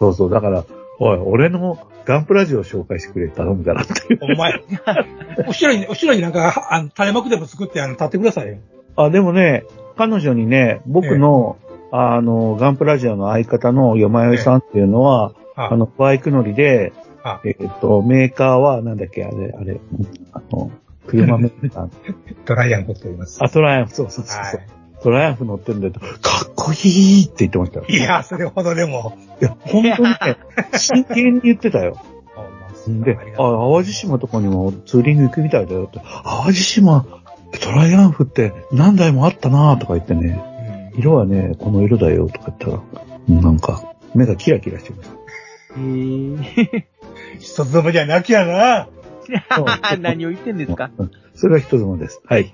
Speaker 2: そうそう、だから、おい、俺のガンプラジオを紹介してくれ、頼むからっていう。
Speaker 1: お前、後ろに、後ろになんか、あの、垂れ幕でも作って、あの、立ってくださいよ。
Speaker 2: あ、でもね、彼女にね、僕の、あの、ガンプラジオの相方のよまよいさんっていうのは、
Speaker 1: あ
Speaker 2: あの、バイク乗りで
Speaker 1: あ、
Speaker 2: えっと、メーカーは、なんだっけ、あれ、あれ、あの、車メーカー。
Speaker 1: トライアンコと言います。
Speaker 2: あ、トライアンフ、そうそうそうそう。
Speaker 1: は
Speaker 2: トライアンフ乗ってるんだけど、かっこいいって言ってましたよ。
Speaker 1: い。いや、それほどでも。
Speaker 2: いや、本当に ね、真剣に言ってたよ。で、あ、
Speaker 1: あ
Speaker 2: 淡路島とかにもツーリング行くみたいだよって、淡路島、トライアンフって何台もあったなとか言ってね、
Speaker 1: うん
Speaker 2: 色はね、この色だよとか言ったら、うんなんか、目がキラキラしてまし
Speaker 3: へ ー
Speaker 1: 一つでもじゃなきゃな。
Speaker 2: そう
Speaker 3: 何を言ってんですか
Speaker 2: た。うんそれが人妻です。はい。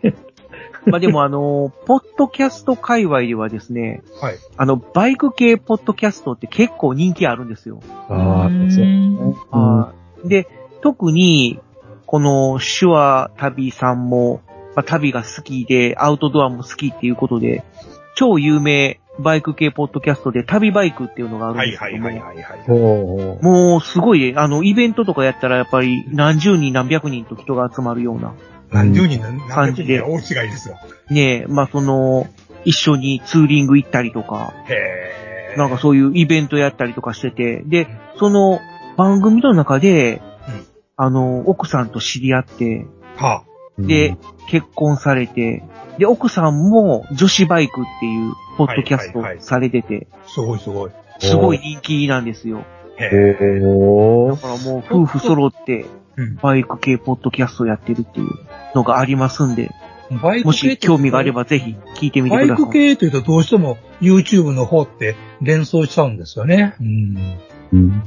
Speaker 3: まあでもあの、ポッドキャスト界隈ではですね、
Speaker 1: はい。
Speaker 3: あの、バイク系ポッドキャストって結構人気あるんですよ。
Speaker 2: ああ、そう。
Speaker 3: あーで、特に、この手話旅さんも、まあ、旅が好きで、アウトドアも好きっていうことで、超有名バイク系ポッドキャストで、旅バイクっていうのがある
Speaker 1: は
Speaker 3: ん
Speaker 1: い
Speaker 3: です
Speaker 1: は
Speaker 3: け
Speaker 1: い
Speaker 3: ども、
Speaker 1: はいはいはい。
Speaker 2: ほう
Speaker 3: もうすごい、あの、イベントとかやったらやっぱり何十人何百人と人が集まるような、
Speaker 1: 何十人、何
Speaker 3: 感
Speaker 1: 百
Speaker 3: じ
Speaker 1: 人
Speaker 3: で
Speaker 1: が大違いですよ。
Speaker 3: ねえ、まあ、その、一緒にツーリング行ったりとか、
Speaker 1: へえ。
Speaker 3: なんかそういうイベントやったりとかしてて、で、その番組の中で
Speaker 1: うん、
Speaker 3: あの、奥さんと知り合って、
Speaker 1: は
Speaker 2: うん
Speaker 3: で、結婚されて、で、奥さんも女子バイクっていうポッドキャストを
Speaker 1: はいはいはい
Speaker 3: されてて、
Speaker 1: あ、すごいすごい。
Speaker 3: すごい人気なんですよ。
Speaker 1: へ
Speaker 2: へ
Speaker 1: え。
Speaker 3: だ
Speaker 2: ー
Speaker 3: からもう夫婦揃って
Speaker 1: うん
Speaker 3: バイク系ポッドキャストやってるっていうのがありますんで、
Speaker 1: バイク系
Speaker 3: もし興味があればぜひ聞いてみて
Speaker 1: バ
Speaker 3: く
Speaker 1: イ
Speaker 3: ださい。
Speaker 1: ク系というとどうしても YouTube の方って連想しちゃうんですよね。うん。
Speaker 2: うん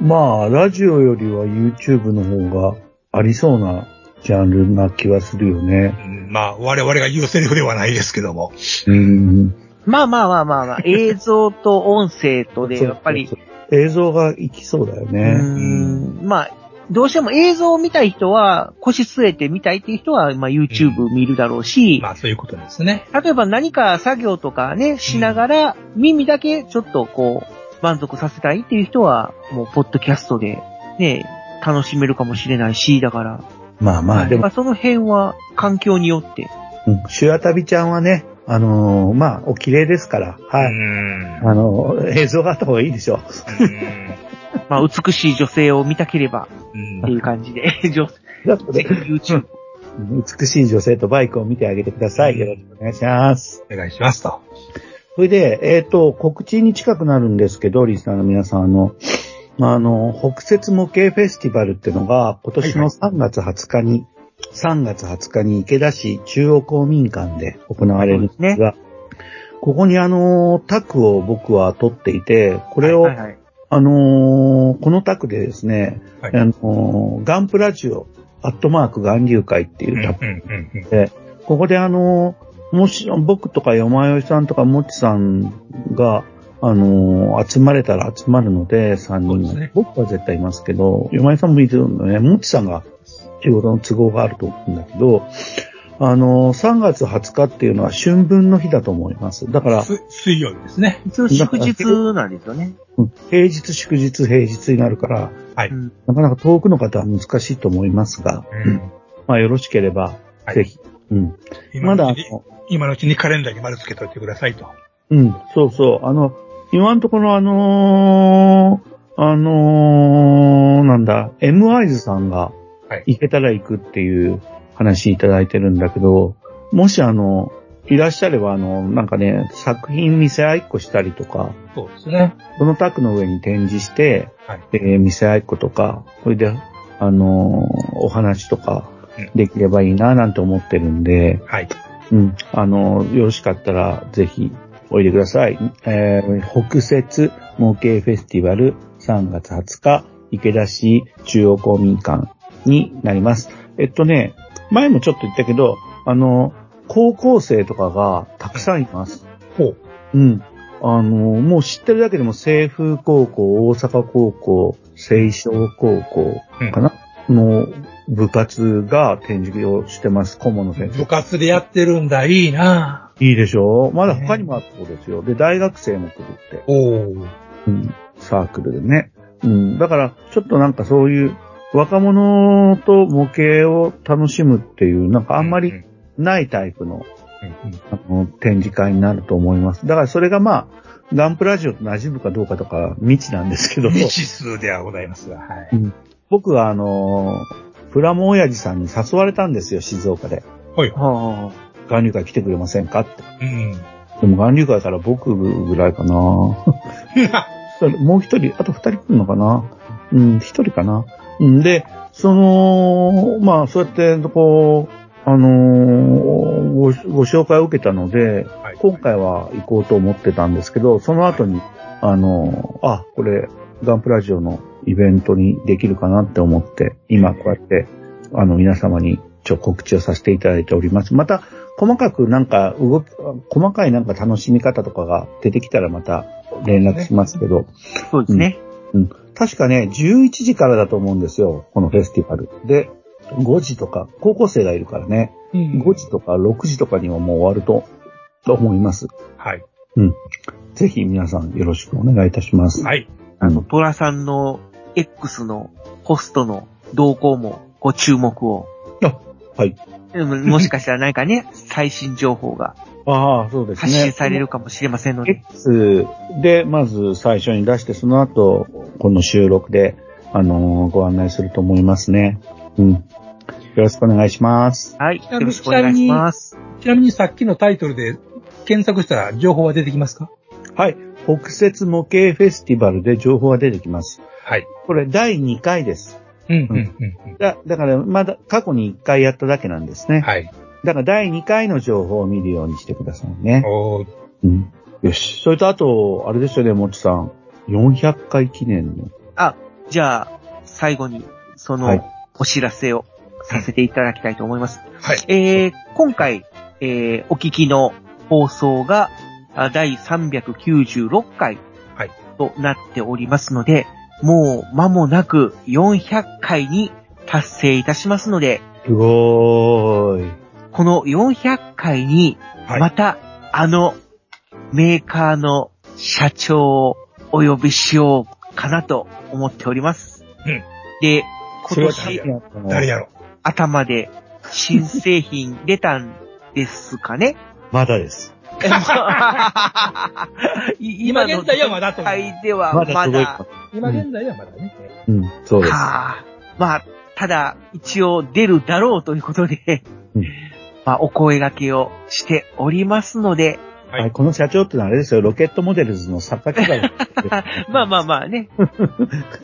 Speaker 2: まあ、ラジオよりは YouTube の方がありそうなジャンルな気はするよね。
Speaker 1: うんまあ、我々が言うセリフではないですけども。
Speaker 2: うん。
Speaker 3: まあまあまあまあまあ、映像と音声とで、やっぱり、
Speaker 2: そうそうそう。映像がいきそうだよ
Speaker 3: う
Speaker 2: ね。
Speaker 3: ーん、まあ、どうしても映像を見たい人は、腰据えて見たいっていう人は、まあ YouTube 見るだろうし、
Speaker 1: まあ、そういうことですね。
Speaker 3: 例えば何か作業とかね、しながら、耳だけちょっとこう、満足させたいっていう人は、もう、ポッドキャストで、ね、楽しめるかもしれないし、だから。
Speaker 2: まあまあ、でも
Speaker 3: ま、あ、その辺は、環境によ って。
Speaker 2: うんシュアタビちゃんはね、あのーまあ、お綺麗ですから、
Speaker 1: う
Speaker 2: はい。
Speaker 1: ん。
Speaker 2: あのー映像があった方がいいで しょ。
Speaker 3: まあ、美しい女性を見たければ、
Speaker 1: うん
Speaker 3: っていう感 じで。女性
Speaker 2: だって
Speaker 3: ぜひ YouTube。
Speaker 2: 美しい女性とバイクを見てあげてください。よろしくお願いします。
Speaker 1: お願いしますと。
Speaker 2: それで、えっ、と、告知に近くなるんですけど、リスナーの皆さん、あの、あの、北雪模型フェスティバルってのが、今年の3月20日に、3月20日に池田市中央公民館で行われるんですが、ここにあの、タクを僕は取っていて、これを、
Speaker 3: はいはいはい
Speaker 2: あのーこのタクでですね、
Speaker 1: はい
Speaker 2: あのーガンプラジオ、アットマークガン流会っていうタク
Speaker 1: うんうんうん
Speaker 2: ここであの、もし、僕とか山よいさんとかもっちさんが、ああのー集まれたら集まるので、3人
Speaker 1: そうですね
Speaker 2: 僕は絶対いますけど、よまいさんもいるのね、もっちさんが仕事の都合があると思うんだけど、あのー3月20日っていうのは春分の日だと思います。だから、
Speaker 1: す水曜日ですね。
Speaker 3: 一応祝日なんですよね。
Speaker 2: うん平日、祝日、平日になるから、
Speaker 1: はい
Speaker 3: うん
Speaker 2: なかなか遠くの方は難しいと思いますが、
Speaker 1: うん
Speaker 2: まあよろしければ、
Speaker 1: はい
Speaker 2: ぜひ、うん。
Speaker 1: 今
Speaker 2: まだ、
Speaker 1: の
Speaker 2: あ
Speaker 1: うちに、
Speaker 2: の
Speaker 1: 今のうちにカレンダーに丸つけといてくださいと。
Speaker 2: うん、そうそう、あの、今のところあのーあのーなんだ、m アイズさんが
Speaker 1: はい、
Speaker 2: 行けたら行くっていう話いただいてるんだけど、もしあの、いらっしゃれば、あの、なんかね、作品見せ合いっこしたりとか、
Speaker 1: そうですね。
Speaker 2: そのタックの上に展示して、
Speaker 1: はい
Speaker 2: で、見せ合いっことか、それで、あのーお話とか
Speaker 1: うん、
Speaker 2: できればいいな、なんて思ってるんで、
Speaker 1: はい。
Speaker 2: うん、あのーよろしかったら、ぜひ、おいでください。えー北節模型フェスティバル3月20日、池田市中央公民館になります。えっとね、前もちょっと言ったけど、あのー高校生とかがたくさんいます。
Speaker 1: ほう。
Speaker 2: うん。あの、もう知ってるだけでも、西風高校、大阪高校、西湘高校
Speaker 1: うん
Speaker 2: かな、の部活が展示をしてます、顧問の先
Speaker 1: 部活でやってるんだ、いいな
Speaker 2: 生。いいでしょうまだ他にもあったことですよ。で、大学生も来るって。
Speaker 1: おー。
Speaker 2: うん。サークルでね。うん。だから、ちょっとなんかそういう、若者と模型を楽しむっていう、なんかあんま
Speaker 1: う
Speaker 2: りないタイプの
Speaker 1: うんうん
Speaker 2: あの、展示会になると思います。だからそれがまあ、ガンプラジオと馴染むかどうかとか未知なんですけども、
Speaker 1: 未知数ではございますが、はい。
Speaker 2: 僕はあのー、プラモ親父さんに誘われたんですよ、静岡で。
Speaker 3: は
Speaker 2: 岩流会来てくれませんかって。
Speaker 1: うん。
Speaker 2: でも岩流会から僕ぐらいかなそれもう一人、あと二人来るのかなうん、一人かなうんで、その、まあ、そうやって、こう、あのーご、ご紹介を受けたので、
Speaker 1: はい
Speaker 2: 今回は行こうと思ってたんですけど、その後に、あの、あ、これ、ガンプラジオのイベントにできるかなって思って、今こうやって、あの、皆様にちょ告知をさせていただいております。また、細かくなんか動き、細かいなんか楽しみ方とかが出てきたらまた連絡しますけど、
Speaker 3: あ、そうですね。
Speaker 2: 確かね、11時からだと思うんですよ、このフェスティバル。で、5時とか、高校生がいるからね、
Speaker 1: うん
Speaker 2: 5時とか6時とかにはもう終わると、と思います。
Speaker 1: はい。
Speaker 2: ぜひ皆さんよろしくお願いいたします。
Speaker 1: はい。
Speaker 2: あの、
Speaker 3: トラさんの X のホストの動向もご注目を。
Speaker 2: あはい。
Speaker 3: もしかしたら何かね、最新情報が
Speaker 2: ああ、そうですね。
Speaker 3: 発信されるかもしれませんので。
Speaker 2: X で、まず最初に出して、その後、この収録で、あのーご案内すると思いますね。うん。よろしくお願いします。
Speaker 3: はい。
Speaker 1: ちな
Speaker 3: よ
Speaker 1: み
Speaker 3: ろ
Speaker 1: に
Speaker 3: しくお願いします。
Speaker 1: ちなみにさっきのタイトルで検索したら情報は出てきますか
Speaker 2: はい。北節模型フェスティバルで情報が出てきます。
Speaker 1: はい。
Speaker 2: これ第2回です。
Speaker 1: うん、うん、うん
Speaker 2: だ、だからまだ過去に1回やっただけなんです
Speaker 1: う
Speaker 2: ね。
Speaker 1: ん。はい。
Speaker 2: だから第2回の情報を見るようにしてくださいね。
Speaker 1: おー
Speaker 2: うん。よし。それとあと、あれですよね、もちさん。400回記念の。
Speaker 3: じゃあ、最後に、そ
Speaker 2: は
Speaker 3: の
Speaker 2: い、
Speaker 3: お知らせをさせていただきたいと思います。
Speaker 1: はい
Speaker 3: えー今回、えーお聞きの放送が、あ第396回
Speaker 1: はい
Speaker 3: となっておりますので、もう間もなく400回に達成いたしますので、
Speaker 2: すごーい。
Speaker 3: この400回に、
Speaker 1: はい
Speaker 3: また、あの、メーカーの社長をお呼びしようかなと思っております。
Speaker 1: うん
Speaker 3: で、
Speaker 1: それ
Speaker 3: 今
Speaker 1: は誰
Speaker 3: 年
Speaker 1: や誰やろ
Speaker 3: 頭で新製品出たんですか ね
Speaker 2: まだです。
Speaker 3: い
Speaker 1: 今現在はまだと思う
Speaker 3: 今の段階ではまだ。
Speaker 2: 届い
Speaker 3: は
Speaker 2: た
Speaker 1: 今現在はまだね。
Speaker 2: うん、そうです。
Speaker 3: あ、まあ、ただ、一応出るだろうということで、
Speaker 2: うん
Speaker 3: まあ、お声掛けをしておりますので、
Speaker 1: はい
Speaker 2: はい、この社長ってのはあれですよ、ロケットモデルズの作家 機械
Speaker 3: まあまあまあね。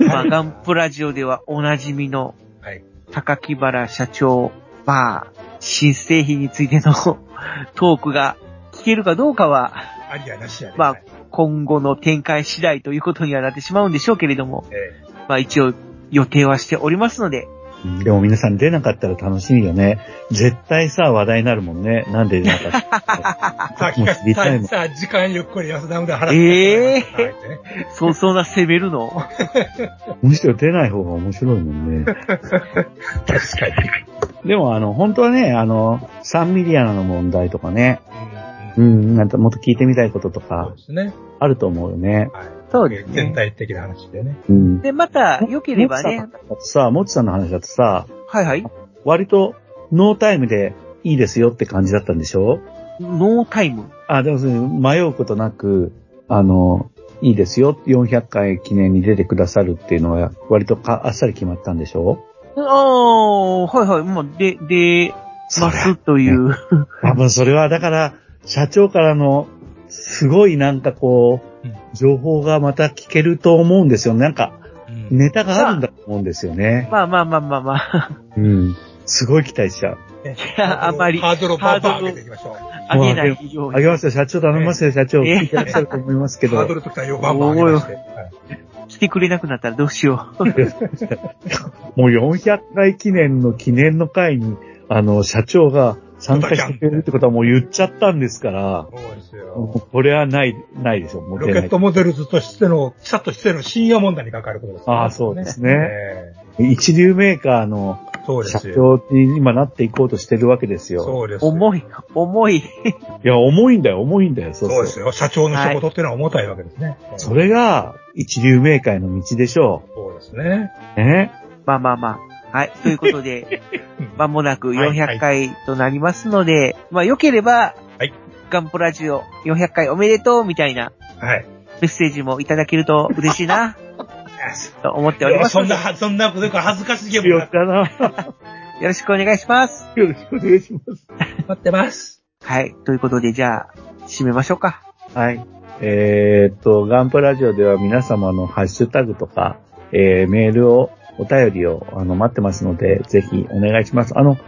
Speaker 3: まあ、ガンプラジオではおなじみの
Speaker 1: はい、
Speaker 3: 高木原社長、まあ、新製品についての トークが聞けるかどうかは、
Speaker 1: ありやなしやで。
Speaker 3: まあ
Speaker 1: はい
Speaker 3: 今後の展開次第ということにはなってしまうんでしょうけれども、
Speaker 1: え
Speaker 3: まあ一応予定はしておりますので、
Speaker 1: ー
Speaker 2: うんでも皆さん出なかったら楽しみよね。絶対さ、話題になるもんね。なんで出な かった
Speaker 1: さっき
Speaker 2: もう
Speaker 1: か
Speaker 2: 知りた
Speaker 1: ら
Speaker 2: いもん。
Speaker 1: さ、時間ゆっくり安田無駄払って。
Speaker 3: ええ
Speaker 1: はいね
Speaker 3: そう、そんな攻めるの
Speaker 2: むしろ出ない方が面白いもんね。
Speaker 1: 確かに。
Speaker 2: でもあの、本当はね、あの、サンミリアナの問題とかね、
Speaker 1: う
Speaker 2: うんん、なんかもっと聞いてみたいことと
Speaker 1: そう
Speaker 2: か
Speaker 1: ですね。
Speaker 2: あると思うよね。
Speaker 1: はい。
Speaker 3: そうですね
Speaker 1: 全体的な話でね。
Speaker 2: うん。
Speaker 3: で、また、良ければね。
Speaker 2: もちさんの話だとさ、もちさんの話だとさ、
Speaker 3: はいはい。
Speaker 2: 割とノータイムでいいですよって感じだったんでしょ
Speaker 3: ノータイム。
Speaker 2: あ、でもそれ迷うことなく、あの、いいですよ、400回記念に出てくださるっていうのは、割とかあっさり決まったんでしょ
Speaker 3: ああ、はいはい。まあ、で、で、ますという。
Speaker 2: 多分それは、だから、社長からの、すごいなんかこ
Speaker 1: うん
Speaker 2: う、情報がまた聞けると思うんですよ。なんか、
Speaker 1: うん
Speaker 2: ネタがあるんだと思うんですよね。
Speaker 3: まあまあまあまあまあ。
Speaker 2: うん。すごい期待しちゃう。
Speaker 3: いや あまり
Speaker 1: ハードルをバンバン
Speaker 3: ハード
Speaker 1: 上
Speaker 3: ル
Speaker 1: げていきましょう。
Speaker 3: あげないよう
Speaker 2: あ
Speaker 3: に。
Speaker 2: げますよ、社長頼みますよ、社長。
Speaker 3: え
Speaker 2: 聞いてらっしゃると思いますけ
Speaker 1: ハード
Speaker 2: ど。
Speaker 1: ルと期待をバンバン上げまして。はい
Speaker 3: 来てくれなくなったらどうしよう。
Speaker 2: もう400回記念の記念の会に、あの、社長が参加してくれるってことはもう言っちゃったんですから、
Speaker 1: そうです
Speaker 2: もう
Speaker 1: よ。
Speaker 2: これはない、ないでしょ、もう
Speaker 1: ロ
Speaker 2: 出
Speaker 1: ケ
Speaker 2: な
Speaker 1: ッ
Speaker 2: い。
Speaker 1: トモデルズとしての、記者としての信用問題に関わることです、
Speaker 2: ああ、そうですね。
Speaker 1: え
Speaker 2: 一流メーカーの
Speaker 1: えそうで
Speaker 2: 社
Speaker 1: すよ。
Speaker 2: 長に今なっていこうとしてるわけですよ。
Speaker 1: そうですよ。
Speaker 3: 重い、重い。
Speaker 2: いや、重いんだよ、重いんだよ、そう
Speaker 1: そ
Speaker 2: そうう。
Speaker 1: ですよ。社長の仕事ってのは重たいわけですね。
Speaker 2: それが一流メーカーへの道でしょ
Speaker 1: そうですね。
Speaker 2: う。ね。
Speaker 3: まあまあまあ。はい。ということ で、まもなく
Speaker 1: はいはい
Speaker 3: 400回となりますので、まあ良ければ、
Speaker 1: はい
Speaker 3: ガンプラジオ400回おめでとうみたいな
Speaker 1: はい。
Speaker 3: メッセージもいただけると嬉しい な、と思っており
Speaker 1: いや
Speaker 3: ます
Speaker 1: そ
Speaker 3: の
Speaker 1: ん
Speaker 3: で。
Speaker 1: な、そんなこと言うから恥ずかしげも
Speaker 2: よ
Speaker 1: な
Speaker 2: っ。たな。
Speaker 3: よろしくお願いします。
Speaker 2: よろしくお願いします。
Speaker 1: 待ってます。
Speaker 3: はい。ということで、じゃあ、締めましょうか。
Speaker 2: はい。えーっと、ガンプラジオでは皆様のハッシュタグとか、えー、メールを、お便りを、あの、待ってますので、ぜひお願いします。あの、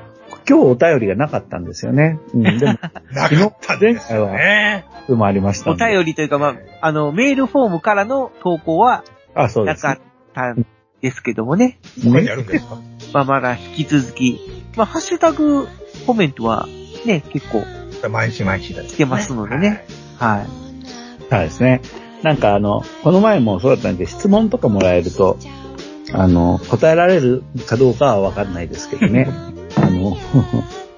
Speaker 2: 今日お便りがなかったんですよね。うん、でも、
Speaker 1: なかったですよ
Speaker 2: 昨日前
Speaker 1: ね。
Speaker 2: いつもありました
Speaker 3: お
Speaker 2: んで。
Speaker 3: 便りというか、まあ、あの、メールフォームからの投稿は
Speaker 2: あ、そう
Speaker 3: な
Speaker 2: です。
Speaker 3: かったんですけどもね。
Speaker 1: 他に
Speaker 2: ね
Speaker 1: やるんですか
Speaker 3: まあ、まだ引き続き、まあ、ハッシュタグコメントは、ね、結構
Speaker 1: 毎日毎日だ。
Speaker 3: 来てますのでね。はい。
Speaker 2: そうですね。なんかあの、この前もそうだったんで、質問とかもらえると、あの、答えられるかどうかはわかんないですけど ね。あの、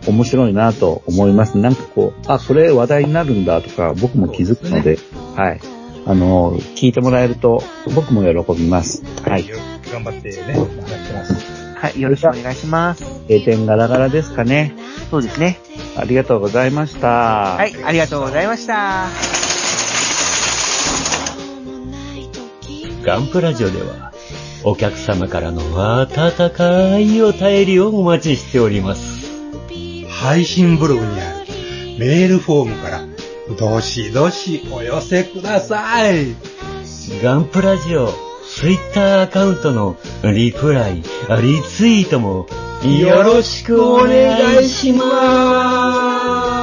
Speaker 2: 面白いなと思います。なんかこう、あ、これ話題になるんだとか、僕も気づくので、はい。あの、聞いてもらえると、僕も喜びます。はい。
Speaker 1: 頑張ってね、話します。
Speaker 3: はい。よろしくお願いします。
Speaker 2: 閉店ガラガラですかね。
Speaker 3: そうですね。
Speaker 2: ありがとうございました。
Speaker 3: は。
Speaker 2: はい
Speaker 3: ありがとうございました。
Speaker 10: ガンプラジオでは、お客様からの温かいお便りをお待ちしております。
Speaker 11: 配信ブログにあるメールフォームから、どしどしお寄せください。
Speaker 10: ガンプラジオ、ツイッターアカウントのリプライ、リツイートもよろしくお願いします。